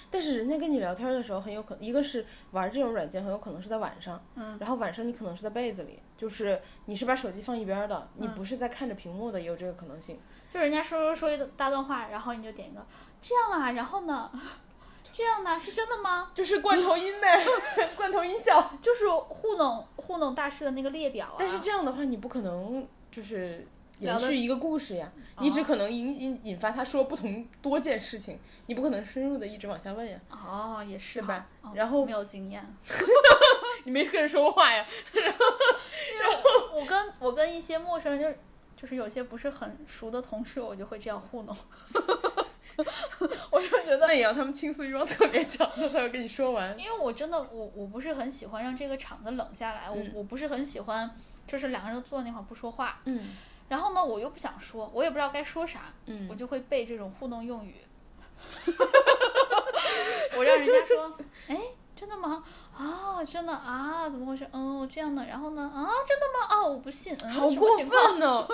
Speaker 2: 但是人家跟你聊天的时候，很有可能一个是玩这种软件，很有可能是在晚上，
Speaker 1: 嗯，
Speaker 2: 然后晚上你可能是在被子里，就是你是把手机放一边儿的，你不是在看着屏幕的，也有这个可能性。
Speaker 1: 就人家说说说一大段话，然后你就点一个这样啊，然后呢， [laughs] 这样呢是真的吗？
Speaker 2: [laughs] 就是罐头音呗， [laughs] 罐头音效。
Speaker 1: 就是糊弄糊弄大师的那个列表啊。
Speaker 2: 但是这样的话，你不可能就是延
Speaker 1: 聊得
Speaker 2: 续一个故事呀，你只可能引引引发他说不同多件事情，你不可能深入的一直往下问呀，
Speaker 1: 哦，也是
Speaker 2: 对
Speaker 1: 哈
Speaker 2: 吧
Speaker 1: 哦
Speaker 2: 然后
Speaker 1: 没有经验，
Speaker 2: [laughs] 你没跟人说话呀。
Speaker 1: [laughs] 我跟我跟一些陌生人就。就是有些不是很熟的同事，我就会这样糊弄。
Speaker 2: 我就觉得那也要他们倾诉欲望特别强的，他要跟你说完。
Speaker 1: 因为我真的我我不是很喜欢让这个场子冷下来，我、
Speaker 2: 嗯
Speaker 1: 我不是很喜欢，就是两个人坐那块儿不说话，
Speaker 2: 嗯
Speaker 1: 然后呢我又不想说，我也不知道该说啥，
Speaker 2: 嗯
Speaker 1: 我就会背这种互动用语。 [laughs] 我让人家说，哎，真的吗？啊，真的啊，怎么回事？嗯，这样的，然后呢？啊，真的吗？哦，我不信，嗯，
Speaker 2: 好
Speaker 1: 什么
Speaker 2: 过
Speaker 1: 情况，
Speaker 2: 分哦！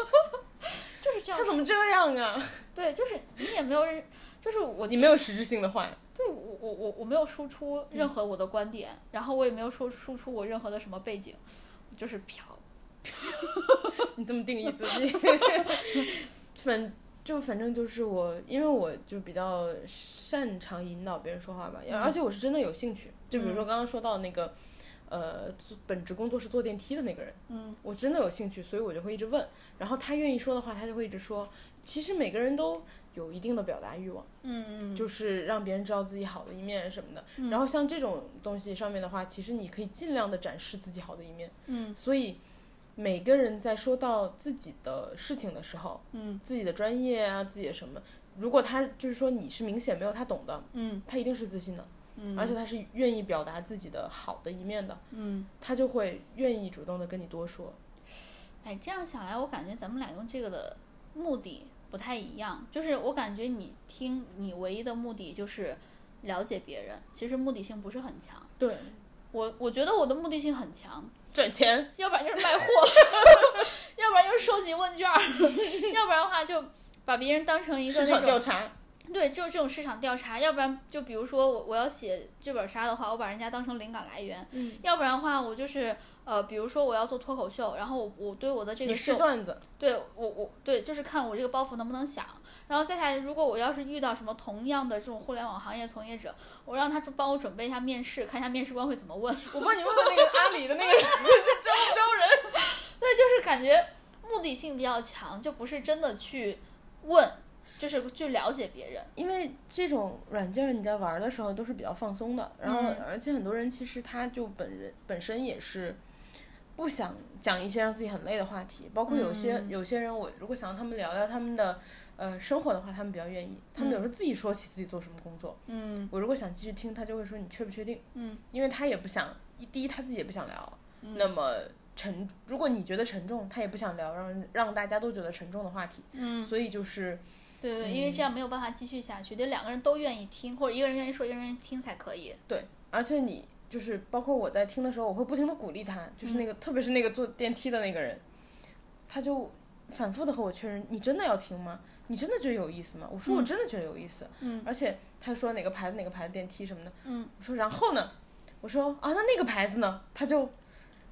Speaker 2: [laughs]
Speaker 1: 就是这样
Speaker 2: 他。怎么这样啊？
Speaker 1: 对，就是你也没有认，就是我
Speaker 2: [laughs] 你没有实质性的话 [laughs] 呀。
Speaker 1: 对我我我我没有输出任何我的观点，然后我也没有说输出我任何的什么背景，就是嫖。
Speaker 2: 你这么定义自己， [laughs] 反就反正就是我，因为我就比较擅长引导别人说话吧，
Speaker 1: 嗯
Speaker 2: 而且我是真的有兴趣。就比如说刚刚说到那个，呃，做本职工作是坐电梯的那个人，
Speaker 1: 嗯，
Speaker 2: 我真的有兴趣，所以我就会一直问，然后他愿意说的话，他就会一直说。其实每个人都有一定的表达欲望，
Speaker 1: 嗯
Speaker 2: 就是让别人知道自己好的一面什么的。
Speaker 1: 嗯
Speaker 2: 然后像这种东西上面的话，其实你可以尽量的展示自己好的一面。
Speaker 1: 嗯
Speaker 2: 所以每个人在说到自己的事情的时候，
Speaker 1: 嗯
Speaker 2: 自己的专业啊，自己的什么，如果他就是说你是明显没有他懂的，
Speaker 1: 嗯
Speaker 2: 他一定是自信的，
Speaker 1: 嗯，
Speaker 2: 而且他是愿意表达自己的好的一面的，
Speaker 1: 嗯，
Speaker 2: 他就会愿意主动的跟你多说。
Speaker 1: 哎，这样想来，我感觉咱们俩用这个的目的不太一样。就是我感觉你听，你唯一的目的就是了解别人，其实目的性不是很强。
Speaker 2: 对，
Speaker 1: 我我觉得我的目的性很强， [laughs]
Speaker 2: 赚 [laughs] 钱，
Speaker 1: 要不然就是卖货， [laughs] 要不然就是收集问卷儿， [laughs] 要不然的话就把别人当成一个
Speaker 2: 市
Speaker 1: 那
Speaker 2: 场
Speaker 1: 种
Speaker 2: 调查，
Speaker 1: 对，就是这种市场调查，要不然就比如说我我要写剧本杀的话，我把人家当成灵感来源；
Speaker 2: 嗯，
Speaker 1: 要不然的话，我就是呃，比如说我要做脱口秀，然后我我对我的这
Speaker 2: 你
Speaker 1: 个
Speaker 2: 是
Speaker 1: 秀，
Speaker 2: 段子， [laughs]
Speaker 1: 对我我对，就是看我这个包袱能不能响。然后再下来，如果我要是遇到什么同样的这种互联网行业从业者，我让他就帮我准备一下面试，看一下面试官会怎么问。
Speaker 2: 我帮你问问那个阿里的那个人招不招人？
Speaker 1: 对，就是感觉目的性比较强，就不是真的去问，就是去了解别人。
Speaker 2: 因为这种软件儿你在玩儿的时候都是比较放松的，然后
Speaker 1: 嗯
Speaker 2: 而且很多人其实他就本人本身也是不想讲一些让自己很累的话题，包括有些、
Speaker 1: 嗯
Speaker 2: 有些人，我如果想让他们聊聊他们的呃生活的话，他们比较愿意。他们有时候自己说起自己做什么工作，
Speaker 1: 嗯
Speaker 2: 我如果想继续听，他就会说你确不确定？
Speaker 1: 嗯
Speaker 2: 因为他也不想，一第一他自己也不想聊，
Speaker 1: 嗯
Speaker 2: 那么沉，如果你觉得沉重，他也不想聊让让大家都觉得沉重的话题，
Speaker 1: 嗯，
Speaker 2: 所以就是
Speaker 1: 对对，因为
Speaker 2: 嗯
Speaker 1: 这样没有办法继续下去，得两个人都愿意听，或者一个人愿意说，一个人愿意听才可
Speaker 2: [laughs]
Speaker 1: 以。
Speaker 2: 对，而且你就是包括我在听的时候，我会不停的鼓励他，就是
Speaker 1: 嗯
Speaker 2: 那个、特别是那个坐电梯的那个人，他就反复的和我确认，你真的要听吗？你真的觉得有意思吗？我说我真的觉得有意思，
Speaker 1: 嗯
Speaker 2: 而且他说哪个牌子哪个牌子电梯什么的，
Speaker 1: 嗯，
Speaker 2: 我说然后呢？我说啊，那那个牌子呢？他就。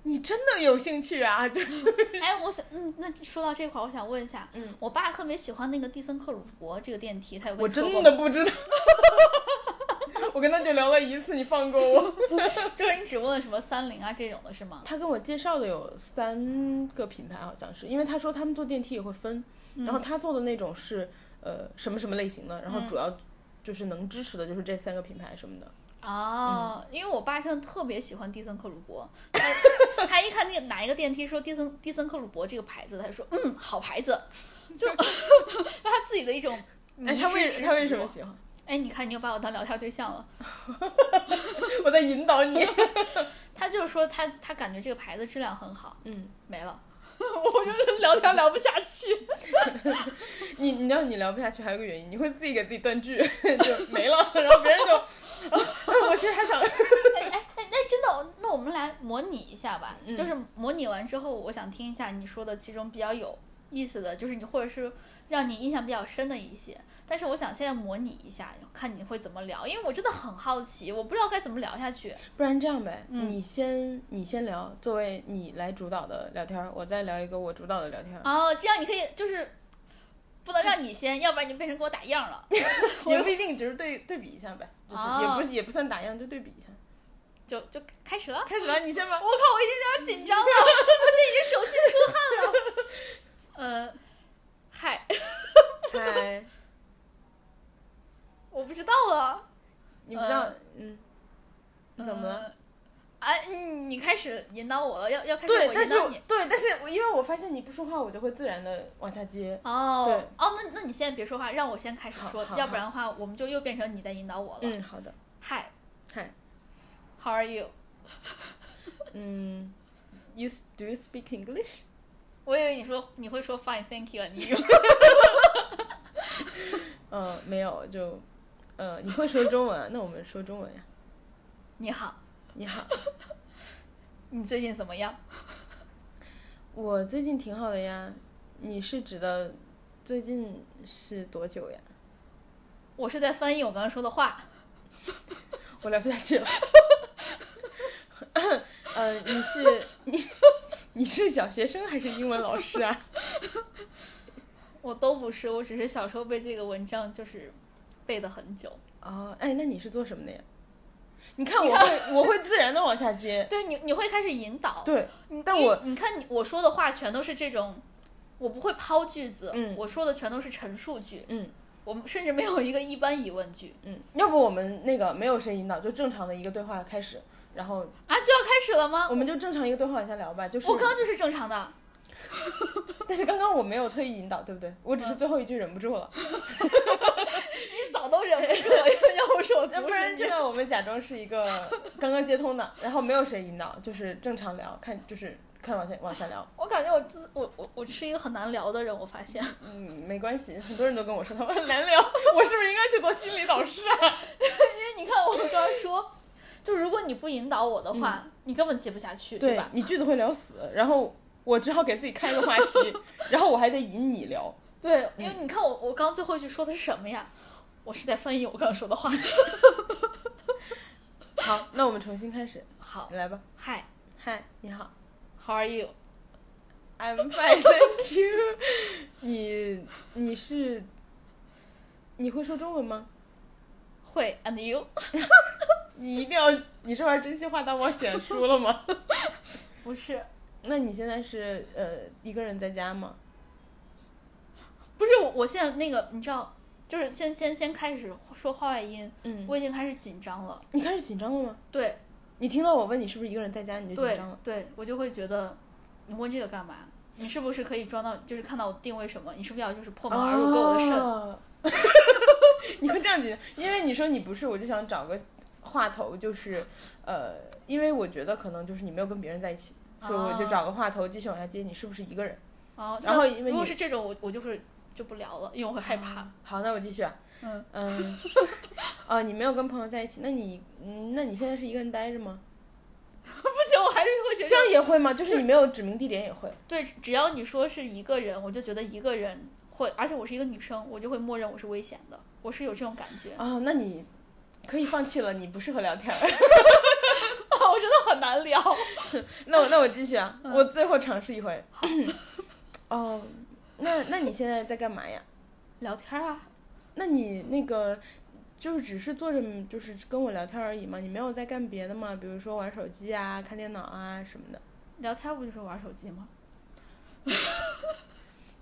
Speaker 2: 你真的有兴趣啊？就
Speaker 1: 哎，我想，嗯，那说到这块儿，我想问一下，
Speaker 2: 嗯，
Speaker 1: 我爸特别喜欢那个蒂森克虏伯这个电梯，他有跟
Speaker 2: 我
Speaker 1: 你说过
Speaker 2: 真
Speaker 1: 吗
Speaker 2: 的不知道， [laughs] 我跟他就聊了一次，你放过我。
Speaker 1: 就是你只问什么三菱啊这种的是吗？
Speaker 2: 他跟我介绍的有三个品牌，好像是，因为他说他们坐电梯也会分，然后他做的那种是呃什么什么类型的，然后主要就是能支持的就是这三个品牌什么的。
Speaker 1: 哦，因为我爸真的特别喜欢蒂森克虏伯，他他一看那哪一个电梯说蒂森蒂森克虏伯这个牌子，他就说嗯好牌子，就 [laughs] 他自己的一种迷
Speaker 2: 哎，他为
Speaker 1: 之执
Speaker 2: 他为什
Speaker 1: 着
Speaker 2: 么喜欢？ [laughs]
Speaker 1: 哎，你看，你又把我当聊天对象了。
Speaker 2: 我在引导你。
Speaker 1: 他就是说他他感觉这个牌子质量很好，
Speaker 2: 嗯，
Speaker 1: 没了， [laughs] 我就是聊天聊不下去。
Speaker 2: 你你知道你聊不下去还有一个原因，你会自己给自己断句 [laughs] 就没了，然后别人就，啊 [laughs] 我其实还想，
Speaker 1: 哎，那真的，那我们来模拟一下吧，
Speaker 2: 嗯
Speaker 1: 就是模拟完之后，我想听一下你说的其中比较有意思的，就是你或者是让你印象比较深的一些。但是我想现在模拟一下，看你会怎么聊，因为我真的很好奇，我不知道该怎么聊下去。
Speaker 2: 不然这样呗，
Speaker 1: 嗯
Speaker 2: 你先你先聊，作为你来主导的聊天儿，我再聊一个我主导的聊天儿。
Speaker 1: 哦，这样你可以就是不能让你先，要不然你就变成给我打样了。
Speaker 2: [laughs] 也不一定，只是对对比一下呗，就是也
Speaker 1: 哦
Speaker 2: 不是也不算打样，就对比一下。
Speaker 1: 就就开始了。
Speaker 2: 开始了，你先吧 [laughs]
Speaker 1: 我。靠，我已经有点紧张了，啊 [laughs] 我现在已经手心出汗了。呃，嗨，
Speaker 2: 嗨，
Speaker 1: 我不知道了。
Speaker 2: 你不知道
Speaker 1: 呃，
Speaker 2: 嗯，你怎么了？
Speaker 1: 呃？哎、你你开始引导我了，要嗯要开始我
Speaker 2: 对，但
Speaker 1: 引
Speaker 2: 是
Speaker 1: 导
Speaker 2: 我
Speaker 1: 你。
Speaker 2: 对，但是我因为我发现你不说话，我就会自然的往下接。
Speaker 1: 哦
Speaker 2: 对
Speaker 1: 哦，那那你现在别说话，让我先开始
Speaker 2: 好
Speaker 1: 说
Speaker 2: 好，
Speaker 1: 要不然的话我们就又变成你在引导我了。
Speaker 2: 嗯，好的。
Speaker 1: 嗨
Speaker 2: 嗨，
Speaker 1: ，How are you？
Speaker 2: 嗯，You s- do you speak English？
Speaker 1: 我以为你说你会说 Fine，Thank you，and you。
Speaker 2: 呃，没有，就呃，你会说中文啊？那我们说中文呀。
Speaker 1: 你好，
Speaker 2: 你好，
Speaker 1: 你最近怎么样？
Speaker 2: 我最近挺好的呀。你是指的最近是多久呀？
Speaker 1: 我是在翻译我刚刚说的话。
Speaker 2: 我聊不下去了。 [laughs] 呃，你是你你是小学生还是英文老师啊？
Speaker 1: 我都不是，我只是小时候背这个文章就是背的很久。
Speaker 2: [laughs] 哦，哎，那你是做什么的呀？你看我会我会自然的往下接，
Speaker 1: 对你，你会开始引导。
Speaker 2: [laughs] 对，
Speaker 1: 你，
Speaker 2: 但
Speaker 1: 因为
Speaker 2: 我
Speaker 1: 你看你我说的话全都是这种，我不会抛句子，
Speaker 2: 嗯
Speaker 1: 我说的全都是陈述句，
Speaker 2: 嗯
Speaker 1: 我们甚至没有一个一般疑问句
Speaker 2: 嗯，要不我们那个没有谁引导，就正常的一个对话开始，然后
Speaker 1: 啊，就要开始了吗？
Speaker 2: 我们就正常一个对话往下聊吧，就是
Speaker 1: 我刚刚就是正常的，
Speaker 2: 但是刚刚我没有特意引导，对不对？我只是最后一句忍不住了，
Speaker 1: 你 [laughs] 早都忍不住了，要不是我
Speaker 2: 要
Speaker 1: 阻
Speaker 2: 不
Speaker 1: 止
Speaker 2: 然
Speaker 1: 你
Speaker 2: [laughs] 现。在我们假装是一个刚刚接通的，然后没有谁引导，就是正常聊，看就是看往下往下聊，
Speaker 1: 我感觉我自我我我是一个很难聊的人，我发现 [laughs]
Speaker 2: 嗯，没关系，很多人都跟我说他们很难聊，我是不是应该去做心理导师啊？ [laughs]
Speaker 1: 因为你看我刚刚说，就如果你不引导我的话，你根本接不下去，
Speaker 2: 对
Speaker 1: 吧？
Speaker 2: 你句子会聊死，然后我只好给自己开个话题， [laughs] 然后我还得引你聊，
Speaker 1: 对，因为你看我我刚最后一句说的是什么呀？我是在翻译我刚刚说的话。 [laughs]
Speaker 2: 好，那我们重新开始，
Speaker 1: 好
Speaker 2: 你来吧。
Speaker 1: ，Hi，How
Speaker 2: 嗨，你好
Speaker 1: are you？
Speaker 2: ，I'm fine, thank you [laughs] 你。你是你会说中文吗？
Speaker 1: 会 and you？
Speaker 2: 你一定要你是玩真心话大冒险输了吗？
Speaker 1: 不是，
Speaker 2: [laughs] 那你现在是呃一个人在家吗？
Speaker 1: 不是我，我现在那个你知道，就是先先先开始说话外音，
Speaker 2: 嗯，
Speaker 1: 我已经开始紧张了。
Speaker 2: 你开始紧张了吗？
Speaker 1: 对
Speaker 2: 你听到我问你是不是一个人在家，你就紧
Speaker 1: 对
Speaker 2: 张了。
Speaker 1: 对，我就会觉得你问这个干嘛？你是不是可以装到，就是看到我定位什么？你是不是要就是破门而入给我的肾？
Speaker 2: 哦 [laughs] 你会这样紧张，因为你说你不是，我就想找个话头，就是呃，因为我觉得可能就是你没有跟别人在一起，所以我就
Speaker 1: 哦
Speaker 2: 找个话头继续往下接，你是不是一个人？
Speaker 1: 哦，
Speaker 2: 然后因
Speaker 1: 像
Speaker 2: 为
Speaker 1: 如果
Speaker 2: 你
Speaker 1: 是这种，我我就是就不聊了，因为我会害怕。
Speaker 2: 好，那我继续啊。
Speaker 1: 嗯
Speaker 2: 嗯，啊，你没有跟朋友在一起，那你，嗯那你现在是一个人待着吗？
Speaker 1: [laughs] 不行，我还是会觉
Speaker 2: 这样也会吗？就是你没有指明地点也会。
Speaker 1: 对，只要你说是一个人，我就觉得一个人会，而且我是一个女生，我就会默认我是危险的，我是有这种感觉。 [laughs]
Speaker 2: 哦，那你可以放弃了，你不适合聊天儿。 [laughs]
Speaker 1: 我真的很难聊。
Speaker 2: 那我那我继续啊，
Speaker 1: 嗯
Speaker 2: 我最后尝试一回。 [coughs] 哦，那那你现在在干嘛呀？
Speaker 1: [laughs] 聊天啊，
Speaker 2: 那你那个就只是坐着，就是跟我聊天而已吗？你没有在干别的吗？比如说玩手机啊、看电脑啊什么的。
Speaker 1: 聊天不就是玩手机吗？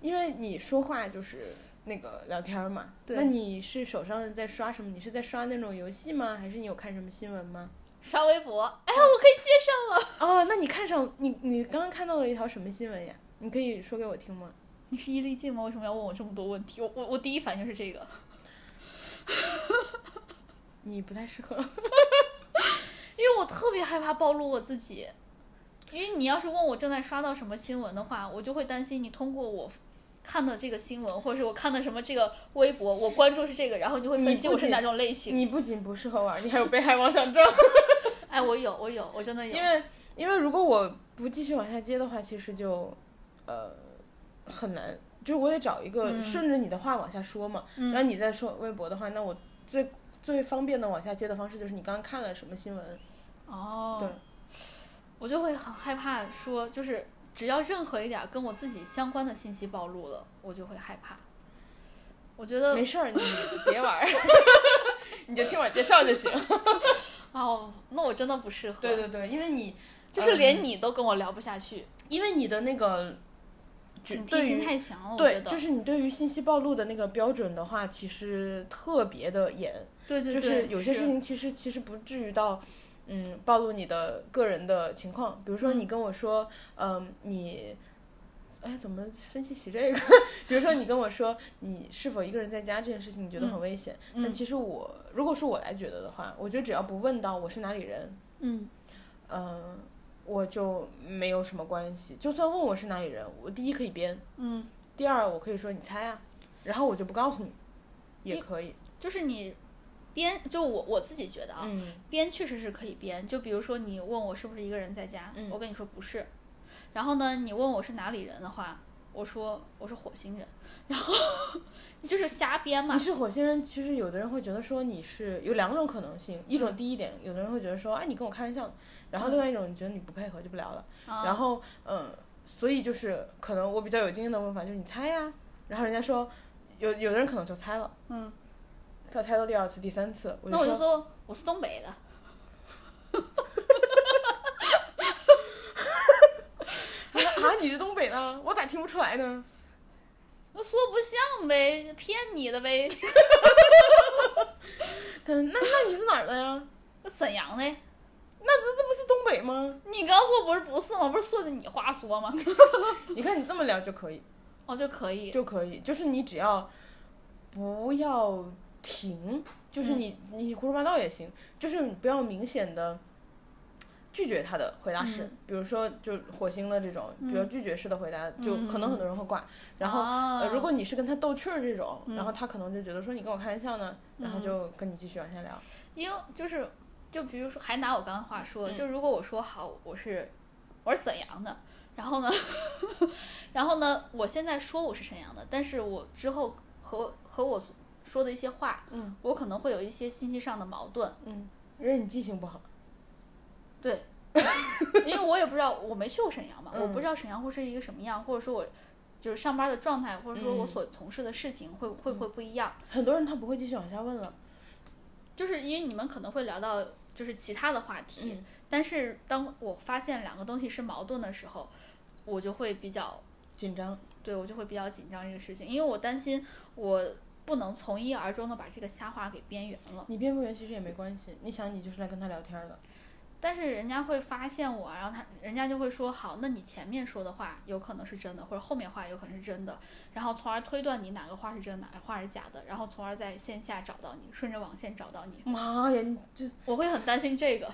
Speaker 2: 因为你说话就是那个聊天儿嘛。
Speaker 1: 对
Speaker 2: 那你是手上在刷什么？你是在刷那种游戏吗？还是你有看什么新闻吗？
Speaker 1: 刷微博，哎，
Speaker 2: 嗯
Speaker 1: 我可以接上了。
Speaker 2: 哦，那你看上你你刚刚看到了一条什么新闻呀？你可以说给我听吗？
Speaker 1: 你是伊利静吗？为什么要问我这么多问题？我我我第一反应是这个。
Speaker 2: 你不太适 [laughs] 合。
Speaker 1: 因为我特别害怕暴露我自己，因为你要是问我正在刷到什么新闻的话，我就会担心你通过我看的这个新闻，或者是我看的什么这个微博，我关注是这个，然后你会分析
Speaker 2: 你不
Speaker 1: 我
Speaker 2: 仅
Speaker 1: 是哪种类
Speaker 2: [laughs]
Speaker 1: 型。
Speaker 2: 你不仅不适合玩，你还有被害妄想症。
Speaker 1: 哎，我有，我有，我真的有
Speaker 2: 因。为因为如果我不继续往下接的话，其实就呃很难，就是我得找一个
Speaker 1: 嗯
Speaker 2: 顺着你的话往下说嘛。
Speaker 1: 嗯
Speaker 2: 然后你再说微博的话，那我最最方便的往下接的方式就是你刚刚看了什么新闻，
Speaker 1: 哦，
Speaker 2: 对，
Speaker 1: 我就会很害怕说，就是只要任何一点跟我自己相关的信息暴露了，我就会害怕。我觉得
Speaker 2: 没事 [laughs] 儿，你别玩儿，你就听我介绍就行。
Speaker 1: 哦，那我真的不适合。
Speaker 2: [laughs] 对，嗯对对，因为你
Speaker 1: 就是连你都跟我聊不下去，
Speaker 2: 因为你的那个
Speaker 1: 警惕
Speaker 2: 对于
Speaker 1: 心太强了。我觉
Speaker 2: 对，
Speaker 1: 得，
Speaker 2: 就是你对于信息暴露的那个标准的话，其实特别的严。
Speaker 1: 对对对，
Speaker 2: 就是有些
Speaker 1: 是
Speaker 2: 事情其实其实不至于到，嗯，暴露你的个人的情况。比如说你跟我说，嗯，你，哎，怎么分析起这个？ [laughs] 比如说你跟我说你是否一个人在家这件事情，你觉得很危险。
Speaker 1: 嗯
Speaker 2: 但其实我如果是我来觉得的话，我觉得只要不问到我是哪里人，
Speaker 1: 嗯。
Speaker 2: 嗯、我就没有什么关系。就算问我是哪里人，我第一可以编，
Speaker 1: 嗯，
Speaker 2: 第二我可以说你猜啊，然后我就不告诉你，也可以。
Speaker 1: 就是你编，就我我自己觉得啊，
Speaker 2: 嗯
Speaker 1: 编确实是可以编。就比如说你问我是不是一个人在家，
Speaker 2: 嗯
Speaker 1: 我跟你说不是，然后呢，你问我是哪里人的话，我说我是火星人，然后你就是瞎编嘛
Speaker 2: 你。是火星人，其实有的人会觉得说你是有两种可能性，
Speaker 1: 嗯
Speaker 2: 一种第一点，有的人会觉得说，哎，你跟我开玩笑呢，然后另外一种你觉得你不配合就不聊了，
Speaker 1: 啊
Speaker 2: 然后嗯，所以就是可能我比较有经验的问法就是你猜呀，然后人家说有有的人可能就猜了，
Speaker 1: 嗯，
Speaker 2: 他猜到第二次、第三次，我
Speaker 1: 那我就
Speaker 2: 说
Speaker 1: 说我是东北的，
Speaker 2: 啊，你是东北的，我咋听不出来呢？
Speaker 1: 我说不像呗，骗你的呗。
Speaker 2: 他说那那你是哪儿的呀？
Speaker 1: 那沈阳呢？
Speaker 2: 那这这不是东北吗？
Speaker 1: 你刚说不是不是吗？不是顺着你话说吗？
Speaker 2: 你看你这么聊就可以，
Speaker 1: 哦，就可以。
Speaker 2: 就可以，就是你只要不要停，就是
Speaker 1: 嗯
Speaker 2: 你、你胡说八道也行，就是你不要明显的拒绝他的回答式，比如说就火星的这种比较拒绝式的回答，就可能很多人会挂。然后、
Speaker 1: 啊
Speaker 2: 呃，如果你是跟他逗趣儿这种，然后他可能就觉得说你跟我开玩笑呢，然后就跟你继续往下聊。
Speaker 1: 因为就是，就比如说，还拿我刚刚话说，就如果我说好我是我是沈阳的，然后呢， [laughs] 然后呢，我现在说我是沈阳的，但是我之后和和我说的一些话，
Speaker 2: 嗯，
Speaker 1: 我可能会有一些信息上的矛盾，
Speaker 2: 因为你记性不好，
Speaker 1: 对，因为我也不知道，我没去过沈阳嘛，我不知道沈阳会是一个什么样，或者说我。就是上班的状态，或者说我所从事的事情会、会不会不一样？
Speaker 2: 很多人他不会继续往下问了。
Speaker 1: 就是因为你们可能会聊到就是其他的话题，
Speaker 2: 嗯
Speaker 1: 但是当我发现两个东西是矛盾的时候，我就会比较
Speaker 2: 紧张，
Speaker 1: 对我就会比较紧张这个事情，因为我担心我不能从一而终的把这个瞎话给边缘了。
Speaker 2: 你编不圆其实也没关系。你想，你就是来跟他聊天儿的，
Speaker 1: 但是人家会发现我，然后他人家就会说好，那你前面说的话有可能是真的，或者后面话有可能是真的，然后从而推断你哪个话是真，哪个话是假的，然后从而在线下找到你，顺着网线找到你。
Speaker 2: 妈呀，你这
Speaker 1: 我会很担心这个。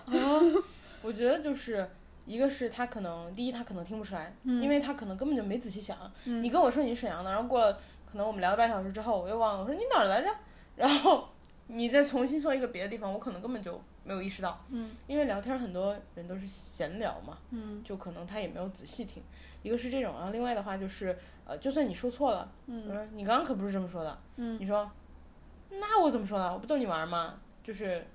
Speaker 2: 我觉得就是一个是他可能第一他可能听不出来，因为他可能根本就没仔细想。
Speaker 1: 嗯
Speaker 2: 你跟我说你是沈阳的，然后过了可能我们聊了半小时之后，我又忘了，我说你哪儿来着？然后你再重新说一个别的地方，我可能根本就没有意识到。
Speaker 1: 嗯，
Speaker 2: 因为聊天很多人都是闲聊嘛，
Speaker 1: 嗯
Speaker 2: 就可能他也没有仔细听。一个是这种，然后另外的话就是，呃，就算你说错了，我
Speaker 1: 嗯
Speaker 2: 说你刚刚可不是这么说的，
Speaker 1: 嗯，
Speaker 2: 你说那我怎么说了？我不逗你玩儿吗？就是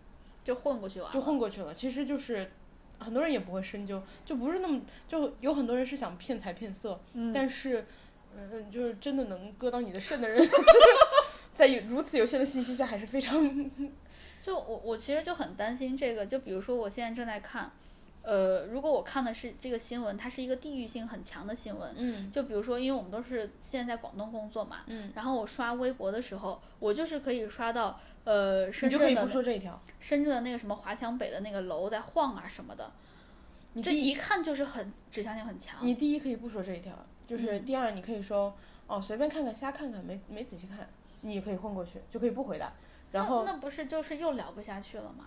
Speaker 1: 就混过去完了。
Speaker 2: 就混过去了。其实就是很多人也不会深究，就不是那么就有很多人是想骗财骗色，
Speaker 1: 嗯
Speaker 2: 但是嗯、呃就是真的能割到你的肾的人， [laughs] 在有如此有限的信息下，还是非常
Speaker 1: 就我我其实就很担心这个，就比如说我现在正在看，呃，如果我看的是这个新闻，它是一个地域性很强的新闻，
Speaker 2: 嗯
Speaker 1: 就比如说，因为我们都是现在在广东工作嘛，
Speaker 2: 嗯，
Speaker 1: 然后我刷微博的时候，我就是可以刷到呃深
Speaker 2: 你就可
Speaker 1: 圳
Speaker 2: 以
Speaker 1: 的
Speaker 2: 不
Speaker 1: 那
Speaker 2: 说这一条，
Speaker 1: 深圳的那个什么华强北的那个楼在晃啊什么的，
Speaker 2: 你
Speaker 1: 这
Speaker 2: 第一
Speaker 1: 一看就是很指向性很强，嗯
Speaker 2: 你第一可以不说这一条，就是第二你可以说。哦，随便看看，瞎看看，没没仔细看，你也可以混过去，就可以不回答。然后
Speaker 1: 那那不是就是又聊不下去了吗？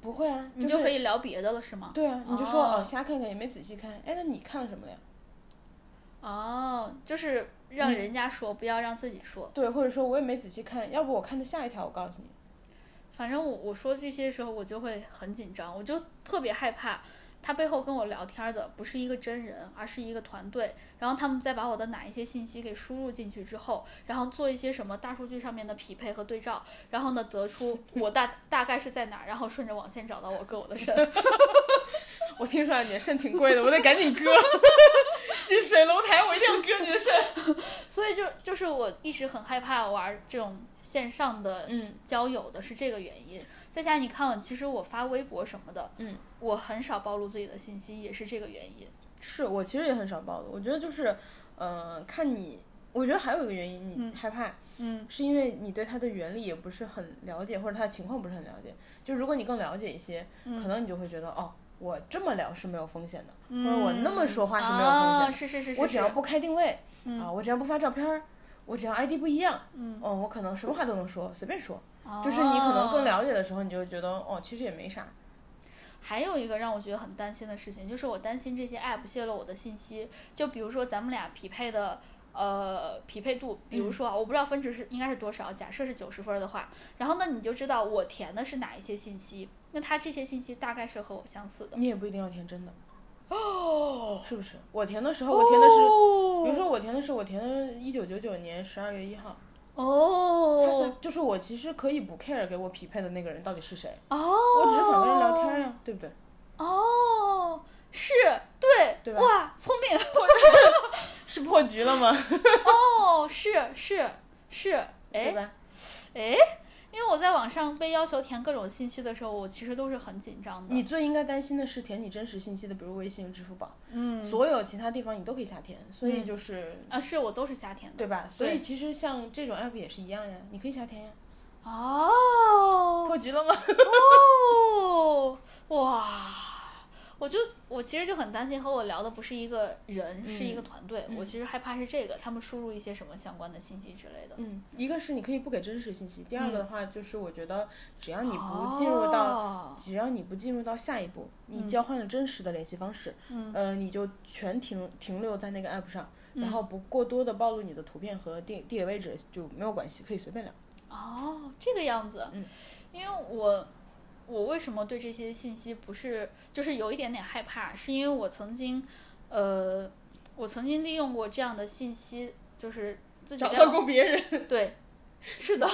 Speaker 2: 不会啊，
Speaker 1: 你
Speaker 2: 就
Speaker 1: 就可
Speaker 2: 是
Speaker 1: 以聊别的了是吗？
Speaker 2: 对啊，你就说
Speaker 1: 哦
Speaker 2: 哦，瞎看看也没仔细看。哎，那你看什么了呀？
Speaker 1: 哦，就是让
Speaker 2: 你
Speaker 1: 人家说，不要让自己说。
Speaker 2: 对，或者说我也没仔细看，要不我看的下一条，我告诉你。
Speaker 1: 反正我我说这些时候，我就会很紧张，我就特别害怕他背后跟我聊天的不是一个真人，而是一个团队，然后他们再把我的哪一些信息给输入进去之后，然后做一些什么大数据上面的匹配和对照，然后呢得出我大大概是在哪儿，然后顺着网线找到我割我的肾。
Speaker 2: 我听出来你的肾挺贵的，我得赶紧割。 [laughs] 进水龙台，我一定要割你的肾。
Speaker 1: 所以就就是我一直很害怕玩这种线上的
Speaker 2: 嗯，
Speaker 1: 交友的是这个原因。再加上你看，其实我发微博什么的，
Speaker 2: 嗯，
Speaker 1: 我很少暴露自己的信息，也是这个原因。
Speaker 2: 是我其实也很少暴露，我觉得就是，呃，看你，我觉得还有一个原因，你
Speaker 1: 嗯
Speaker 2: 害怕、
Speaker 1: 嗯，
Speaker 2: 是因为你对它的原理也不是很了解，或者它的情况不是很了解。就如果你更了解一些，
Speaker 1: 嗯
Speaker 2: 可能你就会觉得，哦，我这么聊是没有风险的，
Speaker 1: 嗯
Speaker 2: 或者我那么说话是没有风险
Speaker 1: 啊，
Speaker 2: 的
Speaker 1: 是是是是，
Speaker 2: 我只要不开定位、
Speaker 1: 嗯
Speaker 2: 啊，我只要不发照片儿，我只要 ID 不一样，
Speaker 1: 嗯，
Speaker 2: 哦，我可能什么话都能说，随便说。
Speaker 1: 哦
Speaker 2: 就是你可能更。了解的时候，你就会觉得，哦，其实也没啥。
Speaker 1: 还有一个让我觉得很担心的事情，就是我担心这些 app 泄露我的信息。就比如说咱们俩匹配的。呃，匹配度，比如说啊，我不知道分值是应该是多少，假设是九十分的话，然后那你就知道我填的是哪一些信息，那他这些信息大概是和我相似的。
Speaker 2: 你也不一定要填真的。哦，是不哦是？我填的时候，我填的是，比如说我填的是，我填的一九九九年十二月一号，他是
Speaker 1: 哦
Speaker 2: 就是我其实可以不 care 给我匹配的那个人到底是谁，
Speaker 1: 哦，
Speaker 2: 我只是想跟人聊天呀、对不对？
Speaker 1: 哦，是对，
Speaker 2: 对吧
Speaker 1: 哇，聪明，
Speaker 2: 是破局了 [laughs] 吗？
Speaker 1: 哦，是是是，
Speaker 2: 对
Speaker 1: 哎
Speaker 2: 吧？
Speaker 1: 哎，因为我在网上被要求填各种信息的时候，我其实都是很紧张的。
Speaker 2: 你最应该担心的是填你真实信息的，比如微信、支付宝，
Speaker 1: 嗯
Speaker 2: 所有其他地方你都可以下填，所以
Speaker 1: 嗯
Speaker 2: 就是。
Speaker 1: 啊，是我都是瞎填的。
Speaker 2: 对吧？所以其实像这种 app 也是一样呀，你可以下填呀。
Speaker 1: 哦
Speaker 2: 破局了吗？
Speaker 1: 哦，哇！我就我其实就很担心和我聊的不是一个人，是一个团队。我其实害怕是这个，他们输入一些什么相关的信息之类的。嗯
Speaker 2: 嗯，一个是你可以不给真实信息，第二个的话就是我觉得只要你不
Speaker 1: 哦
Speaker 2: 进入到只要你不进入到下一步，你
Speaker 1: 嗯
Speaker 2: 交换了真实的联系方式，
Speaker 1: 嗯
Speaker 2: 呃，你就全停停留在那个 app 上，然后不过多的暴露你的图片和地地理位置就没有关系，可以随便聊。
Speaker 1: 哦，这个样子，
Speaker 2: 嗯
Speaker 1: 因为我我为什么对这些信息不是就是有一点点害怕，是因为我曾经呃，我曾经利用过这样的信息，就是自己在
Speaker 2: 过别人，
Speaker 1: 对，是的，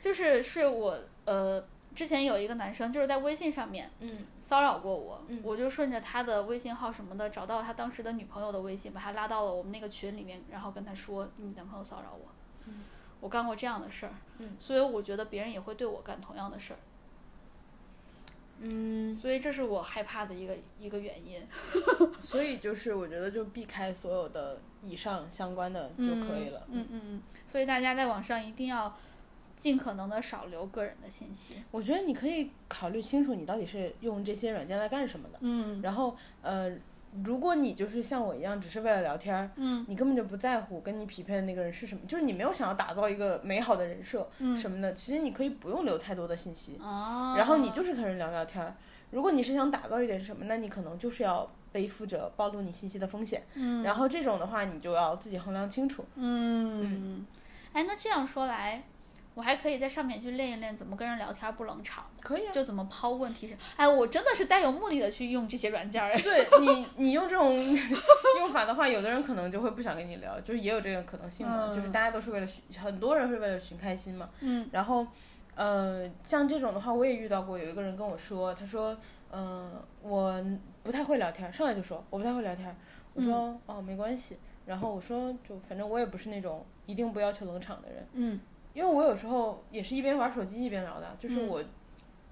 Speaker 1: 就是是我呃之前有一个男生就是在微信上面
Speaker 2: 嗯
Speaker 1: 骚扰过我，
Speaker 2: 嗯
Speaker 1: 我就顺着他的微信号什么的找到他当时的女朋友的微信，把他拉到了我们那个群里面，然后跟他说你男朋友骚扰我，我干过这样的事儿，
Speaker 2: 嗯
Speaker 1: 所以我觉得别人也会对我干同样的事儿，
Speaker 2: 嗯，
Speaker 1: 所以这是我害怕的一个一个原因。
Speaker 2: 所以就是我觉得就避开所有的以上相关的就可以了。
Speaker 1: 嗯嗯嗯，所以大家在网上一定要尽可能的少留个人的信息。
Speaker 2: 我觉得你可以考虑清楚你到底是用这些软件来干什么的，
Speaker 1: 嗯
Speaker 2: 然后呃，如果你就是像我一样只是为了聊天儿，
Speaker 1: 嗯
Speaker 2: 你根本就不在乎跟你匹配的那个人是什么，就是你没有想要打造一个美好的人设
Speaker 1: 嗯，
Speaker 2: 什么的。其实你可以不用留太多的信息，
Speaker 1: 哦，
Speaker 2: 然后你就是跟人聊聊天儿。如果你是想打造一点什么，那你可能就是要背负着暴露你信息的风险。
Speaker 1: 嗯
Speaker 2: 然后这种的话，你就要自己衡量清楚。
Speaker 1: 嗯，哎，那这样说来，我还可以在上面去练一练怎么跟人聊天不冷场，
Speaker 2: 可以啊，
Speaker 1: 就怎么抛问题是。哎，我真的是带有目的的去用这些软件儿。哎
Speaker 2: 对你，你用这
Speaker 1: [laughs]
Speaker 2: 种用法的话，有的人可能就会不想跟你聊，就是也有这个可能性嘛。
Speaker 1: 嗯
Speaker 2: 就是大家都是为了寻，很多人是为了寻开心嘛。
Speaker 1: 嗯
Speaker 2: 然后，呃，像这种的话，我也遇到过，有一个人跟我说，他说，嗯、我不太会聊天儿，上来就说我不太会聊天儿，我说、
Speaker 1: 嗯
Speaker 2: 哦没关系，然后我说就反正我也不是那种一定不要求冷场的人，
Speaker 1: 嗯
Speaker 2: 因为我有时候也是一边玩手机一边聊的，就
Speaker 1: 嗯
Speaker 2: 是我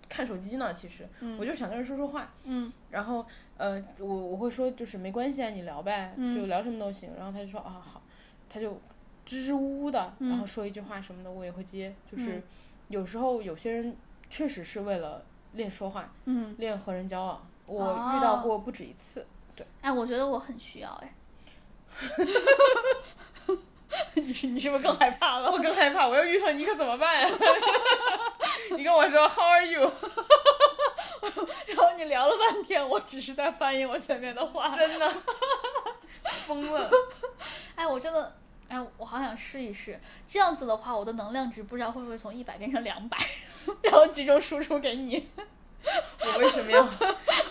Speaker 2: 看手机呢，其实、
Speaker 1: 嗯
Speaker 2: 我就想跟人说说话。
Speaker 1: 嗯
Speaker 2: 然后，呃，我我会说就是没关系啊，你聊呗，
Speaker 1: 嗯
Speaker 2: 就聊什么都行。然后他就说啊好，他就支支吾吾的，
Speaker 1: 嗯
Speaker 2: 然后说一句话什么的，我也会接。就是
Speaker 1: 嗯
Speaker 2: 有时候有些人确实是为了练说话，
Speaker 1: 嗯，
Speaker 2: 练和人交往，我
Speaker 1: 哦
Speaker 2: 遇到过不止一次。
Speaker 1: 哎，我觉得我很需要哎。 [laughs] 你是你是不是更害怕了？
Speaker 2: 我更害怕，我要遇上你可怎么办呀、 [laughs] 你跟我说 How are you？
Speaker 1: [laughs] 然后你聊了半天，我只是在翻译我前面的话。
Speaker 2: 真的 [laughs] 疯了。
Speaker 1: [laughs] 哎，我真的，哎，我好想试一试。这样子的话，我的能量值不知道会不会从一百变成两百， [laughs] 然后集中输出给你。 [laughs]
Speaker 2: [laughs] 我为什么要？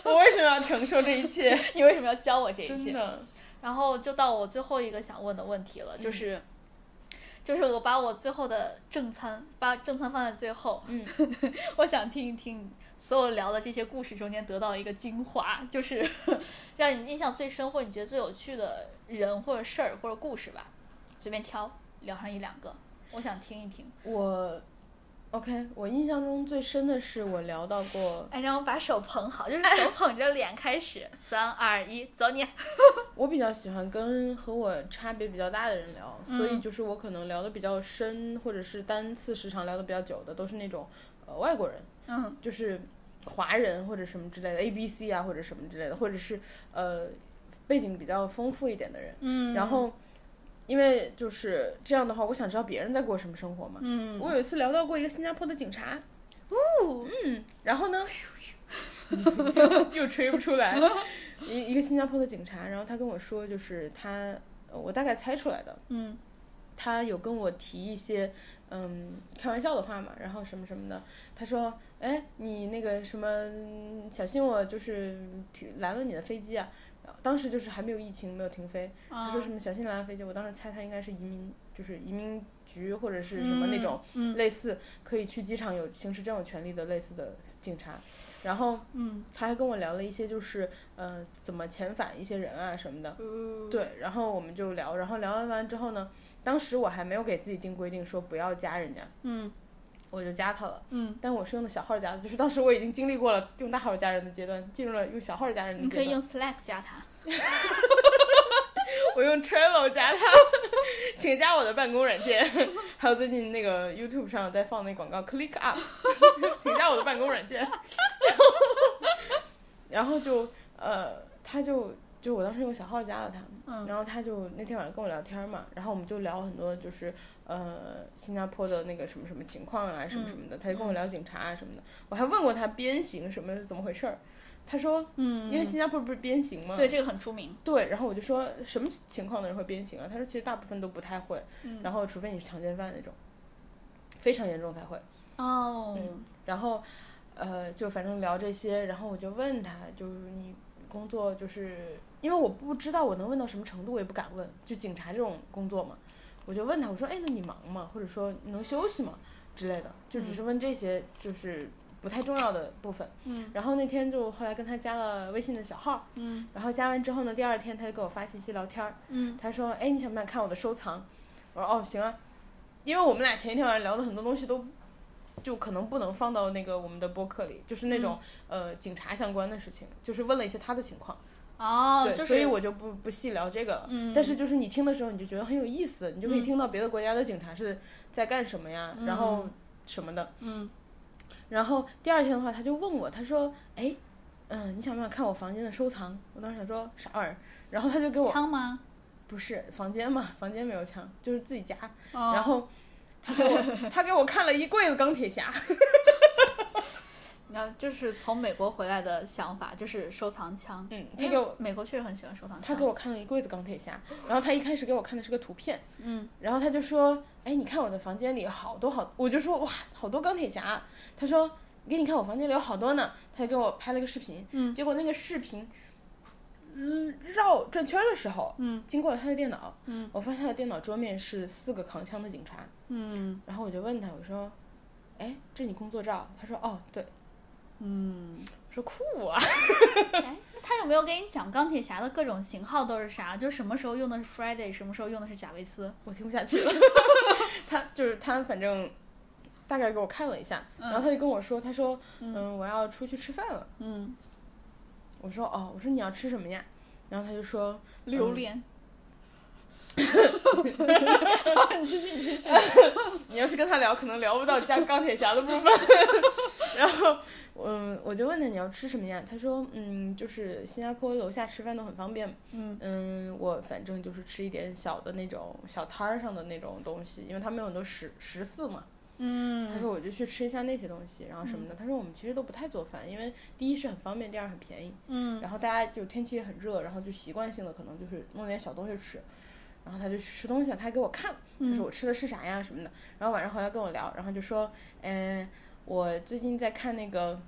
Speaker 2: 我为什么要承受这一 [laughs] 切？
Speaker 1: 你为什么要教我这一切？
Speaker 2: 真的，
Speaker 1: 然后就到我最后一个想问的问题了，就是，就是我把我最后的正餐，把正餐放在最后，
Speaker 2: 嗯，
Speaker 1: [laughs] 我想听一听你所有聊的这些故事中间得到一个精华，就是 [laughs] 让你印象最深或者你觉得最有趣的人或者事儿或者故事吧，随便挑聊上一两个，我想听一听。
Speaker 2: 我 OK，我印象中最深的是我聊到 [laughs] 过，
Speaker 1: 哎，让我把手捧好， [laughs] 就是手捧着脸开始，三二一，走你。
Speaker 2: 我比较喜欢跟和我差别比较大的人聊，所以
Speaker 1: 嗯
Speaker 2: 就是我可能聊的比较深，或者是单次时长聊的比较久的，都是那种呃外国人，
Speaker 1: 嗯
Speaker 2: 就是华人或者什么之类的，A B C 啊或者什么之类的，或者是呃背景比较丰富一点的人。
Speaker 1: 嗯，
Speaker 2: 然后，因为就是这样的话，我想知道别人在过什么生活嘛。
Speaker 1: 嗯，
Speaker 2: 我有一次聊到过一个新加坡的警察，
Speaker 1: 哦
Speaker 2: 嗯，然
Speaker 1: [laughs]
Speaker 2: 后呢，又吹不出来，一一个新加坡的警察，然后他跟我说，就是他，呃我大概猜出来的，
Speaker 1: 嗯
Speaker 2: 他有跟我提一些嗯开玩笑的话嘛，然后什么什么的，他说，哎，你那个什么，小心我就是停拦了你的飞机啊。然后当时就是还没有疫情，没有停飞。他
Speaker 1: 啊
Speaker 2: 说什么小心拦了飞机，我当时猜他应该是移民，就是移民局或者是什么那种，
Speaker 1: 嗯
Speaker 2: 类似可以去机场有行使这种权利的类似的警察，然后
Speaker 1: 嗯
Speaker 2: 他还跟我聊了一些就是呃怎么遣返一些人啊什么的，
Speaker 1: 嗯，
Speaker 2: 对，然后我们就聊，然后聊完完之后呢，当时我还没有给自己定规定说不要加人家，
Speaker 1: 嗯
Speaker 2: 我就加他了，
Speaker 1: 嗯，
Speaker 2: 但我是用的小号加的，就是当时我已经经历过了用大号加人的阶段，进入了用小号加人的
Speaker 1: 你
Speaker 2: 阶
Speaker 1: 可
Speaker 2: 段，
Speaker 1: 以用 Slack 加他。
Speaker 2: 我用
Speaker 1: [laughs]
Speaker 2: Trello 加他，请加我的办公软件，还有最近那个 YouTube 上在放那广告 Click Up，请加我的办公软件。 [laughs] 然后就呃，他就就我当时用小号加了他，
Speaker 1: 嗯
Speaker 2: 然后他就那天晚上跟我聊天嘛，然后我们就聊很多就是呃新加坡的那个什么什么情况啊什么什
Speaker 1: 嗯
Speaker 2: 么的，他就跟我聊警察啊什么的，我还问过他鞭刑什么是怎么回事儿，他说
Speaker 1: 嗯
Speaker 2: 因为新加坡不是鞭刑吗？
Speaker 1: 对，这个很出名。
Speaker 2: 对，然后我就说什么情况的人会鞭刑啊？他说其实大部分都不太会，
Speaker 1: 嗯
Speaker 2: 然后除非你是强奸犯那种，非常严重才会。
Speaker 1: 哦，
Speaker 2: 然后，呃，就反正聊这些，然后我就问他，就是你工作就是因为我不知道我能问到什么程度，我也不敢问，就警察这种工作嘛，我就问他，我说，哎，那你忙吗？或者说你能休息吗？之类的，就只是问这些，就是不太重要的部分。
Speaker 1: 嗯
Speaker 2: 然后那天就后来跟他加了微信的小号，
Speaker 1: 嗯
Speaker 2: 然后加完之后呢，第二天他就给我发信息聊天儿，
Speaker 1: 嗯
Speaker 2: 他说：“哎，你想不想看我的收藏？”我说：“哦，行啊。”因为我们俩前一天晚上聊的很多东西都，就可能不能放到那个我们的播客里，就是那种、
Speaker 1: 嗯
Speaker 2: 呃警察相关的事情，就是问了一些他的情况，
Speaker 1: 哦，
Speaker 2: 对，
Speaker 1: 就是
Speaker 2: 所以我就不不细聊这个了。
Speaker 1: 嗯，
Speaker 2: 但是就是你听的时候，你就觉得很有意思，你就可以
Speaker 1: 嗯
Speaker 2: 听到别的国家的警察是在干什么呀，然后
Speaker 1: 嗯
Speaker 2: 什么的。
Speaker 1: 嗯
Speaker 2: 然后第二天的话，他就问我，他说：“哎，嗯、你想不想看我房间的收藏？”我当时想说啥玩意儿，然后他就给我
Speaker 1: 枪吗？
Speaker 2: 不是房间嘛，房间没有墙，就是自己家。 [laughs]
Speaker 1: 哦
Speaker 2: 然后他给我 [laughs] 他给我看了一柜子钢铁侠，
Speaker 1: 你要就是从美国回来的想法，就是收藏枪。
Speaker 2: 嗯，他
Speaker 1: 因
Speaker 2: 给
Speaker 1: 为
Speaker 2: 我
Speaker 1: 美国确实很喜欢收藏
Speaker 2: 他
Speaker 1: 枪。
Speaker 2: 给我看了一柜子钢铁侠，然后他一开始给我看的是个图片，
Speaker 1: 嗯
Speaker 2: 然后他就说，哎，你看我的房间里有好多好，我就说哇，好多钢铁侠。他说给你看我房间里有好多呢，他就给我拍了个视频，
Speaker 1: 嗯
Speaker 2: 结果那个视频，嗯，绕转圈的时候，
Speaker 1: 嗯
Speaker 2: 经过了他的电脑，
Speaker 1: 嗯，
Speaker 2: 我发现他的电脑桌面是四个扛枪的警察，
Speaker 1: 嗯
Speaker 2: 然后我就问他，我说：“哎，这你工作照？”他说：“哦，对。 [laughs]
Speaker 1: 嗯，”
Speaker 2: 我说：“酷啊
Speaker 1: 哎，那他有没有跟你讲钢铁侠的各种型号都是啥？就什么时候用的是 Friday，什么时候用的是贾维斯？！”
Speaker 2: 我听不下去了。 [laughs] 他就是他，反正大概给我看了一下，然后他就跟我说：“他说，嗯、我要出去吃饭了。
Speaker 1: 嗯，”
Speaker 2: 我说：“哦，我说你要吃什么呀？”然后他就说嗯
Speaker 1: 榴 [laughs]
Speaker 2: [laughs]
Speaker 1: 莲。：“
Speaker 2: [laughs]
Speaker 1: [laughs]
Speaker 2: 你要是跟他聊，可能聊不到加钢铁侠的部分。”然后，嗯，我就问他你要吃什么呀？他说，嗯，就是新加坡楼下吃饭都很方便。
Speaker 1: 嗯
Speaker 2: 嗯，我反正就是吃一点小的那种小摊儿上的那种东西，因为他们有很多食食肆嘛。他
Speaker 1: 嗯
Speaker 2: 说我就去吃一下那些东西，然后什么的。他说我们其实都不太做饭，因为第一是很方便，第二很便宜。
Speaker 1: 嗯
Speaker 2: 然后大家就天气也很热，然后就习惯性的可能就是弄点小东西吃。然后他就去吃东西了，他还给我看，就
Speaker 1: 嗯
Speaker 2: 是我吃的是啥呀什么的。然后晚上回来跟我聊，然后就说，嗯、我最近在看那个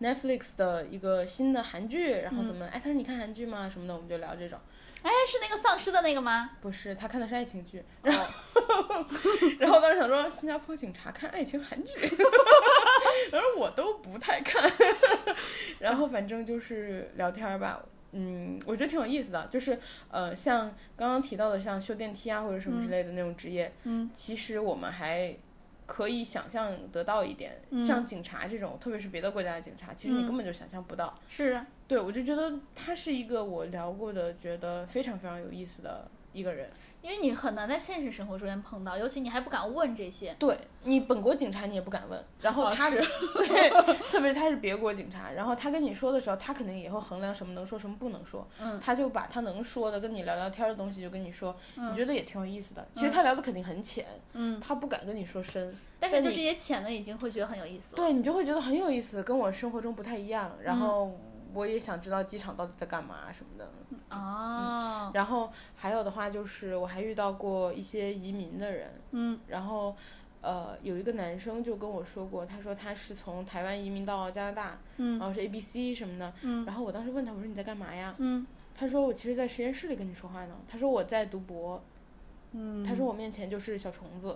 Speaker 2: Netflix 的一个新的韩剧，然后怎么，哎，他说你看韩剧吗？什么的，我们就聊这种。
Speaker 1: 哎，是那个丧尸的那个吗？
Speaker 2: 不是，他看的是爱情剧，
Speaker 1: 然后
Speaker 2: [laughs] 然后当时想说新加坡警察看爱情韩剧， [laughs] 然后我都不太看，然后反正就是聊天儿吧。嗯，我觉得挺有意思的，就是呃，像刚刚提到的，像修电梯啊或者什么之类的那种职业，
Speaker 1: 嗯，
Speaker 2: 其实我们还可以想象得到一点。
Speaker 1: 嗯
Speaker 2: 像警察这种，特别是别的国家的警察，其实你
Speaker 1: 嗯
Speaker 2: 根本就想象不到。
Speaker 1: 是啊
Speaker 2: 对我就觉得他是一个我聊过的，觉得非常非常有意思的一个人。
Speaker 1: 因为你很难在现实生活中间碰到，尤其你还不敢问这些。
Speaker 2: 对你本国警察你也不敢问，然后
Speaker 1: 哦
Speaker 2: 他、
Speaker 1: 是
Speaker 2: [laughs] 对，特别是他是别国警察，然后他跟你说的时候，他肯定也会衡量什么能说，什么不能说，
Speaker 1: 嗯
Speaker 2: 他就把他能说的跟你聊聊天的东西就跟你说，
Speaker 1: 嗯
Speaker 2: 你觉得也挺有意思的。其实他聊的肯定很浅，
Speaker 1: 嗯，
Speaker 2: 他不敢跟你说深，
Speaker 1: 但是
Speaker 2: 但
Speaker 1: 就
Speaker 2: 你
Speaker 1: 这些浅的已经会觉得很有意思了。
Speaker 2: 对你就会觉得很有意思，跟我生活中不太一样。
Speaker 1: 嗯
Speaker 2: 然后我也想知道机场到底在干嘛什么的。
Speaker 1: 哦，
Speaker 2: 然后还有的话就是，我还遇到过一些移民的人，
Speaker 1: 嗯
Speaker 2: 然后，呃，有一个男生就跟我说过，他说他是从台湾移民到加拿大，然
Speaker 1: 嗯
Speaker 2: 后是 A B C 什么的。
Speaker 1: 嗯
Speaker 2: 然后我当时问他，我说你在干嘛呀？
Speaker 1: 嗯
Speaker 2: 他说我其实，在实验室里跟你说话呢。他说我在读博。
Speaker 1: 嗯，
Speaker 2: 他说我面前就是小虫
Speaker 1: [laughs]
Speaker 2: 子，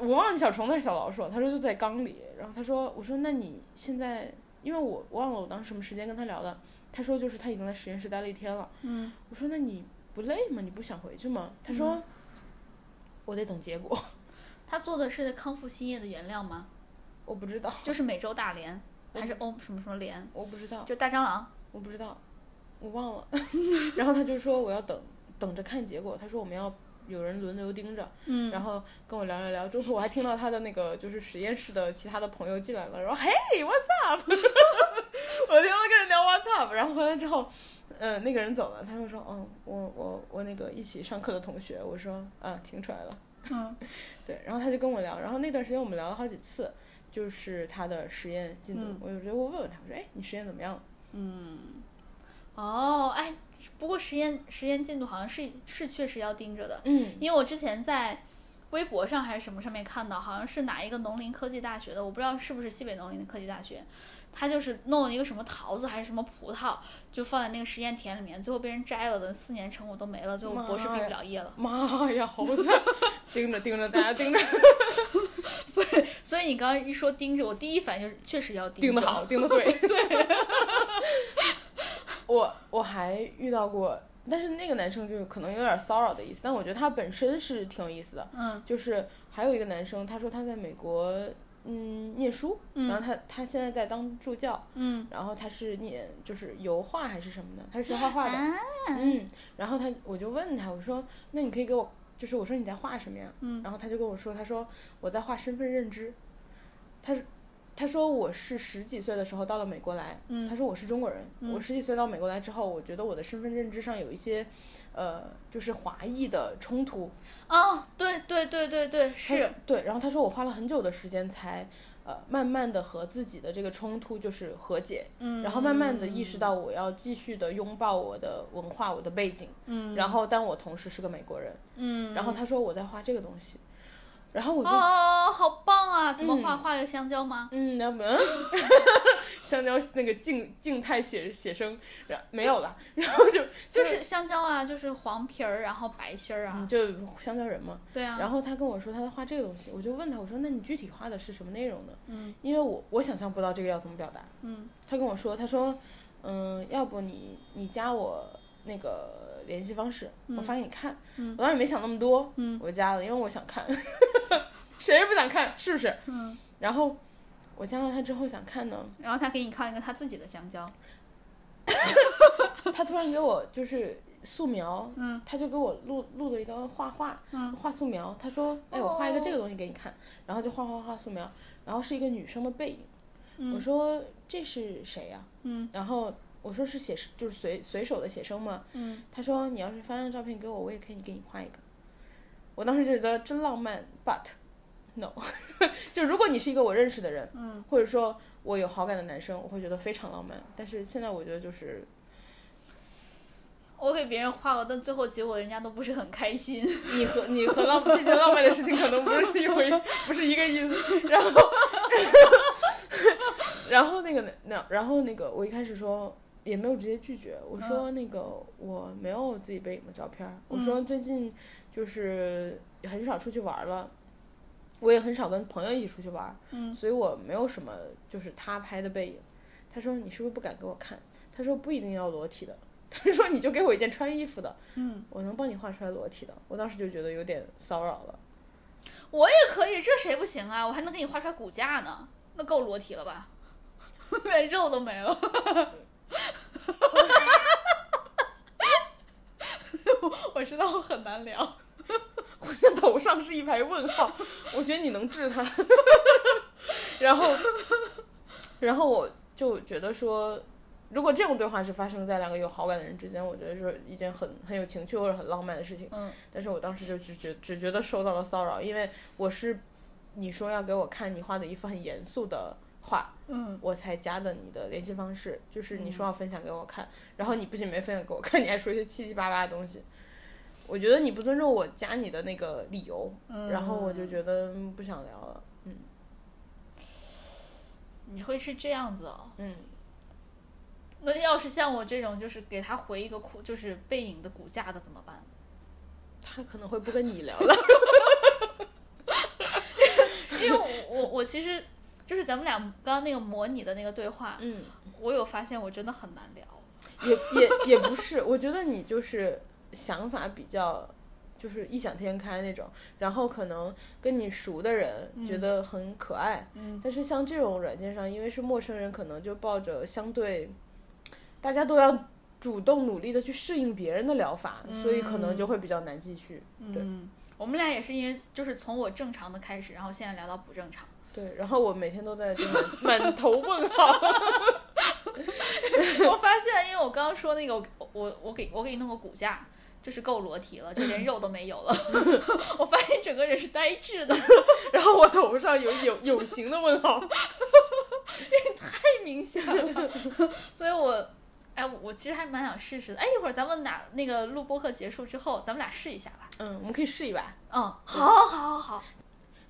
Speaker 2: 我忘了小虫子还是小老鼠了。他说就在缸里。然后他说，我说那你现在，因为我忘了我当时什么时间跟他聊的。他说就是他已经在实验室待了一天了。
Speaker 1: 嗯
Speaker 2: 我说那你不累吗？你不想回去吗？他说、我得等结果，
Speaker 1: 他做的是康复新液的原料吗？
Speaker 2: 我不知道。
Speaker 1: 就是美洲大蠊
Speaker 2: 我
Speaker 1: 还是欧什么什么蠊？
Speaker 2: 我不知道，
Speaker 1: 就大蟑螂。
Speaker 2: 我不知道，我忘了。 [laughs] 然后他就说我要等等着看结果，他说我们要有人轮流盯着，
Speaker 1: 嗯
Speaker 2: 然后跟我聊了聊。中途我还听到他的那个就是实验室的其他的朋友进来了，然后 Hey what's up，我听他跟人聊 what's up，然后回来之后。呃，那个人走了，他就说，嗯，我我我那个一起上课的同学，我说啊，听出来了，
Speaker 1: 嗯
Speaker 2: [laughs] 对，然后他就跟我聊，然后那段时间我们聊了好几次，就是他的实验进度，
Speaker 1: 嗯
Speaker 2: 我有时候会问问他，我说，哎，你实验怎么样？
Speaker 1: 嗯，哦，哎，不过实验实验进度好像是是确实要盯着的，
Speaker 2: 嗯，
Speaker 1: 因为我之前在微博上还是什么上面看到，好像是哪一个农林科技大学的，我不知道是不是西北农林科技大学，他就是弄了一个什么桃子还是什么葡萄，就放在那个实验田里面，最后被人摘了的，四年成果都没了，最后博士毕不了业了。
Speaker 2: 妈呀，猴子！ [laughs] 盯着盯着，大家盯 [laughs] 着
Speaker 1: 所以，所以你刚刚一说盯着，我第一反应就是确实要盯着。
Speaker 2: 盯得好，盯得对 [laughs] 对。我我还遇到过，但是那个男生就是可能有点骚扰的意思，但我觉得他本身是挺有意思的。
Speaker 1: 嗯
Speaker 2: 就是还有一个男生，他说他在美国嗯念书，然后
Speaker 1: 嗯
Speaker 2: 他他现在在当助教，
Speaker 1: 嗯，
Speaker 2: 然后他是念就是油画还是什么的，他是学画画的，
Speaker 1: 啊，
Speaker 2: 嗯，然后他我就问他，我说那你可以给我，就是我说你在画什么呀？
Speaker 1: 嗯
Speaker 2: 然后他就跟我说，他说我在画身份认知，他是他说我是十几岁的时候到了美国来，
Speaker 1: 嗯
Speaker 2: 他说我是中国人，
Speaker 1: 嗯
Speaker 2: 我十几岁到美国来之后，我觉得我的身份认知上有一些，呃，就是华裔的冲突，
Speaker 1: 哦，对对对对对，
Speaker 2: 他
Speaker 1: 是，
Speaker 2: 对，然后他说我花了很久的时间才。呃，慢慢的和自己的这个冲突就是和解，
Speaker 1: 嗯，
Speaker 2: 然后慢慢的意识到我要继续的拥抱我的文化、我的背景，
Speaker 1: 嗯，
Speaker 2: 然后但我同时是个美国人，
Speaker 1: 嗯，
Speaker 2: 然后他说我在画这个东西，然后我就、
Speaker 1: 哦，好棒啊！怎么
Speaker 2: 嗯
Speaker 1: 画、画个香蕉吗？[laughs]
Speaker 2: 嗯，那不香蕉那个静静态写写生，然没有了，然后就
Speaker 1: 就
Speaker 2: 就是
Speaker 1: 是香蕉啊，就是黄皮儿，然后白心儿啊
Speaker 2: 嗯，就香蕉人嘛。
Speaker 1: 对啊，
Speaker 2: 然后他跟我说他在画这个东西，我就问他我说那你具体画的是什么内容呢？
Speaker 1: 嗯
Speaker 2: 因为我我想象不到这个要怎么表达。
Speaker 1: 嗯
Speaker 2: 他跟我说他说嗯，要不你你加我那个联系方式，我发给你看。
Speaker 1: 嗯
Speaker 2: 我当时没想那么多，
Speaker 1: 嗯
Speaker 2: 我加了，因为我想看， [laughs] 谁不想看是不是？
Speaker 1: 嗯，
Speaker 2: 然后我加了他之后想看呢，
Speaker 1: 然后他给你看一个他自己的香蕉，
Speaker 2: 他突然给我就是素描，
Speaker 1: 嗯，
Speaker 2: 他就给我录录了一段画画，
Speaker 1: 嗯，
Speaker 2: 画素描。他说，哎，我画一个这个东西给你看，然后就画画画素描，然后是一个女生的背影。我说这是谁呀、
Speaker 1: 嗯，
Speaker 2: 然后我说是写生，就是随随手的写生嘛。
Speaker 1: 嗯，
Speaker 2: 他说你要是翻张照片给我，我也可以给你画一个。我当时就觉得真浪漫，but no，就 [laughs] 如果你是一个我认识的人，
Speaker 1: 嗯，
Speaker 2: 或者说我有好感的男生，我会觉得非常浪漫。但是现在我觉得就是
Speaker 1: 我给别人画过，但最后结果人家都不是很开心。 [laughs]
Speaker 2: 你和你和浪这件浪漫的事情可能不是一回，不是一个意思。然后，然后那个那然后那个我一开始说也没有直接拒绝，我说那个、我没有自己背影的照片儿，我说最近就是很少出去玩儿了。我也很少跟朋友一起出去玩儿，
Speaker 1: 嗯
Speaker 2: 所以我没有什么就是他拍的背影。他说你是不是不敢给我看？他说不一定要裸体的， [laughs] 他说你就给我一件穿衣服的。
Speaker 1: 嗯，
Speaker 2: 我能帮你画出来裸体的。我当时就觉得有点骚扰了， [laughs]
Speaker 1: 我也可以，这谁不行啊？我还能给你画出来骨架呢，那够裸体了吧？ [laughs] 连肉都没了。 [laughs] 我知道我很难聊，
Speaker 2: 我的头上是一排问号，我觉得你能治他。 [laughs] 然后，然后我就觉得说，如果这种对话是发生在两个有好感的人之间，我觉得是一件很很有情趣或者很浪漫的事情。
Speaker 1: 嗯，
Speaker 2: 但是我当时就只觉只觉得受到了骚扰，因为我是你说要给我看你画的一幅很严肃的画，
Speaker 1: 嗯，
Speaker 2: 我才加的你的联系方式，就是你说要分享给我看，然后你不仅没分享给我看，你还说一些七七八八的东西。我觉得你不尊重我加你的那个理由，嗯然后我就觉得嗯不想聊了。
Speaker 1: 你会是这样子哦。
Speaker 2: 嗯，
Speaker 1: 那要是像我这种，就是给他回一个骨，就是背影的骨架的怎么办？
Speaker 2: 他可能会不跟你聊了。
Speaker 1: 因为我我我其实就是咱们俩刚刚那个模拟的那个对话，
Speaker 2: [laughs] 嗯，
Speaker 1: 我有发现我真的很难聊。
Speaker 2: 也也也不是，我觉得你就是想法比较。就是异想天开那种，然后可能跟你熟的人觉得很可爱，
Speaker 1: 嗯
Speaker 2: 但是像这种软件上，因为是陌生人，可能就抱着相对大家都要主动努力的去适应别人的疗法，所以可能就会比较难继续。对
Speaker 1: 嗯，我们俩也是因为就是从我正常的开始，然后现在聊到不正常。 [laughs]
Speaker 2: 对，然后我每天都在就满满头问号。
Speaker 1: 我发现，因为我刚刚说那个，我我我给我给你弄个骨架，就是够裸体了，就连肉都没有了。 [laughs] 我发现整个人是呆滞的，
Speaker 2: 然后我头上有有有形的问号。
Speaker 1: 太明显了。 [laughs] 所以我，哎，我我其实还蛮想试试的。哎，一会儿咱们哪那个录播课结束之后，咱们俩试一下吧。
Speaker 2: 嗯，我们可以试一把。
Speaker 1: 嗯，好，好，好，好。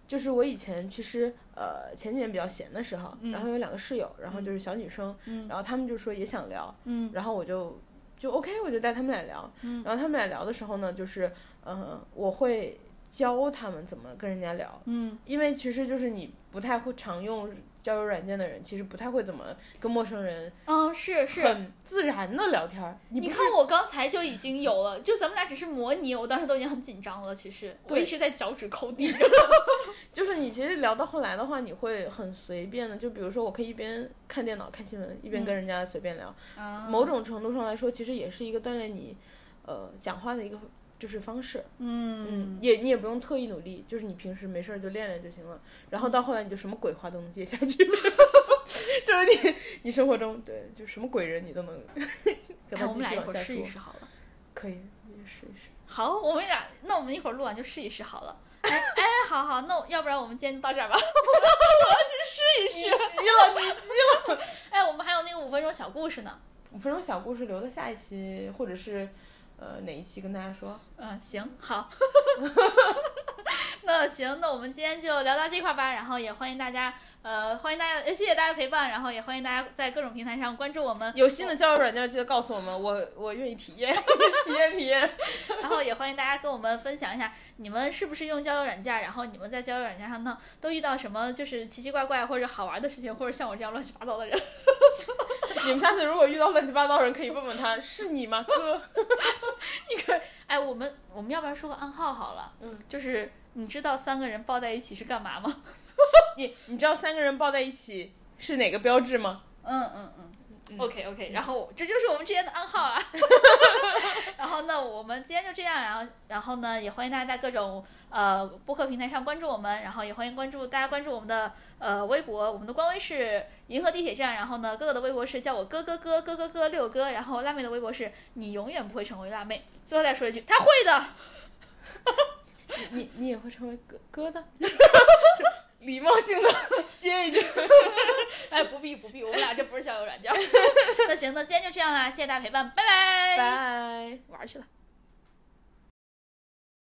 Speaker 2: 就是我以前其实呃前几年比较闲的时候，
Speaker 1: 嗯
Speaker 2: 然后有两个室友，然后就是小女生，
Speaker 1: 嗯
Speaker 2: 然后她们就说也想聊，
Speaker 1: 嗯
Speaker 2: 然后我就就 OK，我就带他们俩聊。
Speaker 1: 嗯
Speaker 2: 然后他们俩聊的时候呢，就是呃，我会教他们怎么跟人家聊，
Speaker 1: 嗯
Speaker 2: 因为其实就是你不太会常用交友软件的人，其实不太会怎么跟陌生人
Speaker 1: 嗯，是是。
Speaker 2: 很自然的聊天儿。你
Speaker 1: 你
Speaker 2: 不是
Speaker 1: 看我刚才就已经有了，就咱们俩只是模拟，我当时都已经很紧张了。其实我
Speaker 2: 对
Speaker 1: 一直在脚趾抠
Speaker 2: [laughs]
Speaker 1: 地。
Speaker 2: 就是你其实聊到后来的话，你会很随便的，就比如说我可以一边看电脑看新闻，一
Speaker 1: 嗯
Speaker 2: 边跟人家随便聊。
Speaker 1: 啊
Speaker 2: 某种程度上来说，其实也是一个锻炼你呃讲话的一个就是方式。嗯，也你也不用特意努力，就是你平时没事儿就练练就行了。然后到后来你就什么鬼话都能接下去， [laughs] 就是你你生活中对，就什么鬼人你都能 [laughs] 跟
Speaker 1: 哎，
Speaker 2: 他
Speaker 1: 我
Speaker 2: 继
Speaker 1: 们俩一
Speaker 2: 续
Speaker 1: 会
Speaker 2: 往
Speaker 1: 儿
Speaker 2: 下
Speaker 1: 试
Speaker 2: 说
Speaker 1: 一。试好了。
Speaker 2: 可以，你试一试。
Speaker 1: 好，我们俩，那我们一会儿录完就试一试好了。哎哎，好好，那我要不然我们今天就到这儿吧。 [laughs] 我要去试一试。
Speaker 2: 急了，你
Speaker 1: [laughs] 哎，我们还有那个五分钟小故事呢。
Speaker 2: 五分钟小故事留到下一期，或者是呃哪一期跟大家说？
Speaker 1: 嗯，行，好。 [laughs] 那行，那我们今天就聊到这块儿吧。然后也欢迎大家，呃，欢迎大家，呃谢谢大家陪伴。然后也欢迎大家在各种平台上关注我们，
Speaker 2: 有新的交友软件记得告诉我们，我我愿意体验 [laughs] 体验体验。
Speaker 1: 然后也欢迎大家跟我们分享一下，你们是不是用交友软件儿？然后你们在交友软件上呢，都遇到什么就是奇奇怪怪或者好玩的事情，或者像我这样乱七八糟的人。
Speaker 2: [laughs] 你们下次如果遇到乱七八糟的人，可以问问他是你吗，哥？
Speaker 1: 哎，我们我们要不然说个暗号好了，
Speaker 2: 嗯，
Speaker 1: 就是你知道三个人抱在一起是干嘛吗？
Speaker 2: 你你知道三个人抱在一起是哪个标志吗？
Speaker 1: 嗯嗯嗯， OK OK，然后这就是我们之间的暗号 [laughs] 啊。然后呢，我们今天就这样，然后然后呢，也欢迎大家在各种呃播客平台上关注我们，然后也欢迎关注大家关注我们的呃微博，我们的官微是银河地铁站，然后呢，哥哥的微博是叫我哥哥哥哥哥哥六哥，然后辣妹的微博是你永远不会成为辣妹。最后再说一句，他会的。
Speaker 2: 你你也会成为疙疙瘩，就 [laughs] 礼貌性的接一句。
Speaker 1: [laughs] 哎，不必不必，我们俩这不是交友软件。那行，那今天就这样啦，谢谢大家陪伴，拜拜。
Speaker 2: [laughs] 拜。
Speaker 1: 玩去了。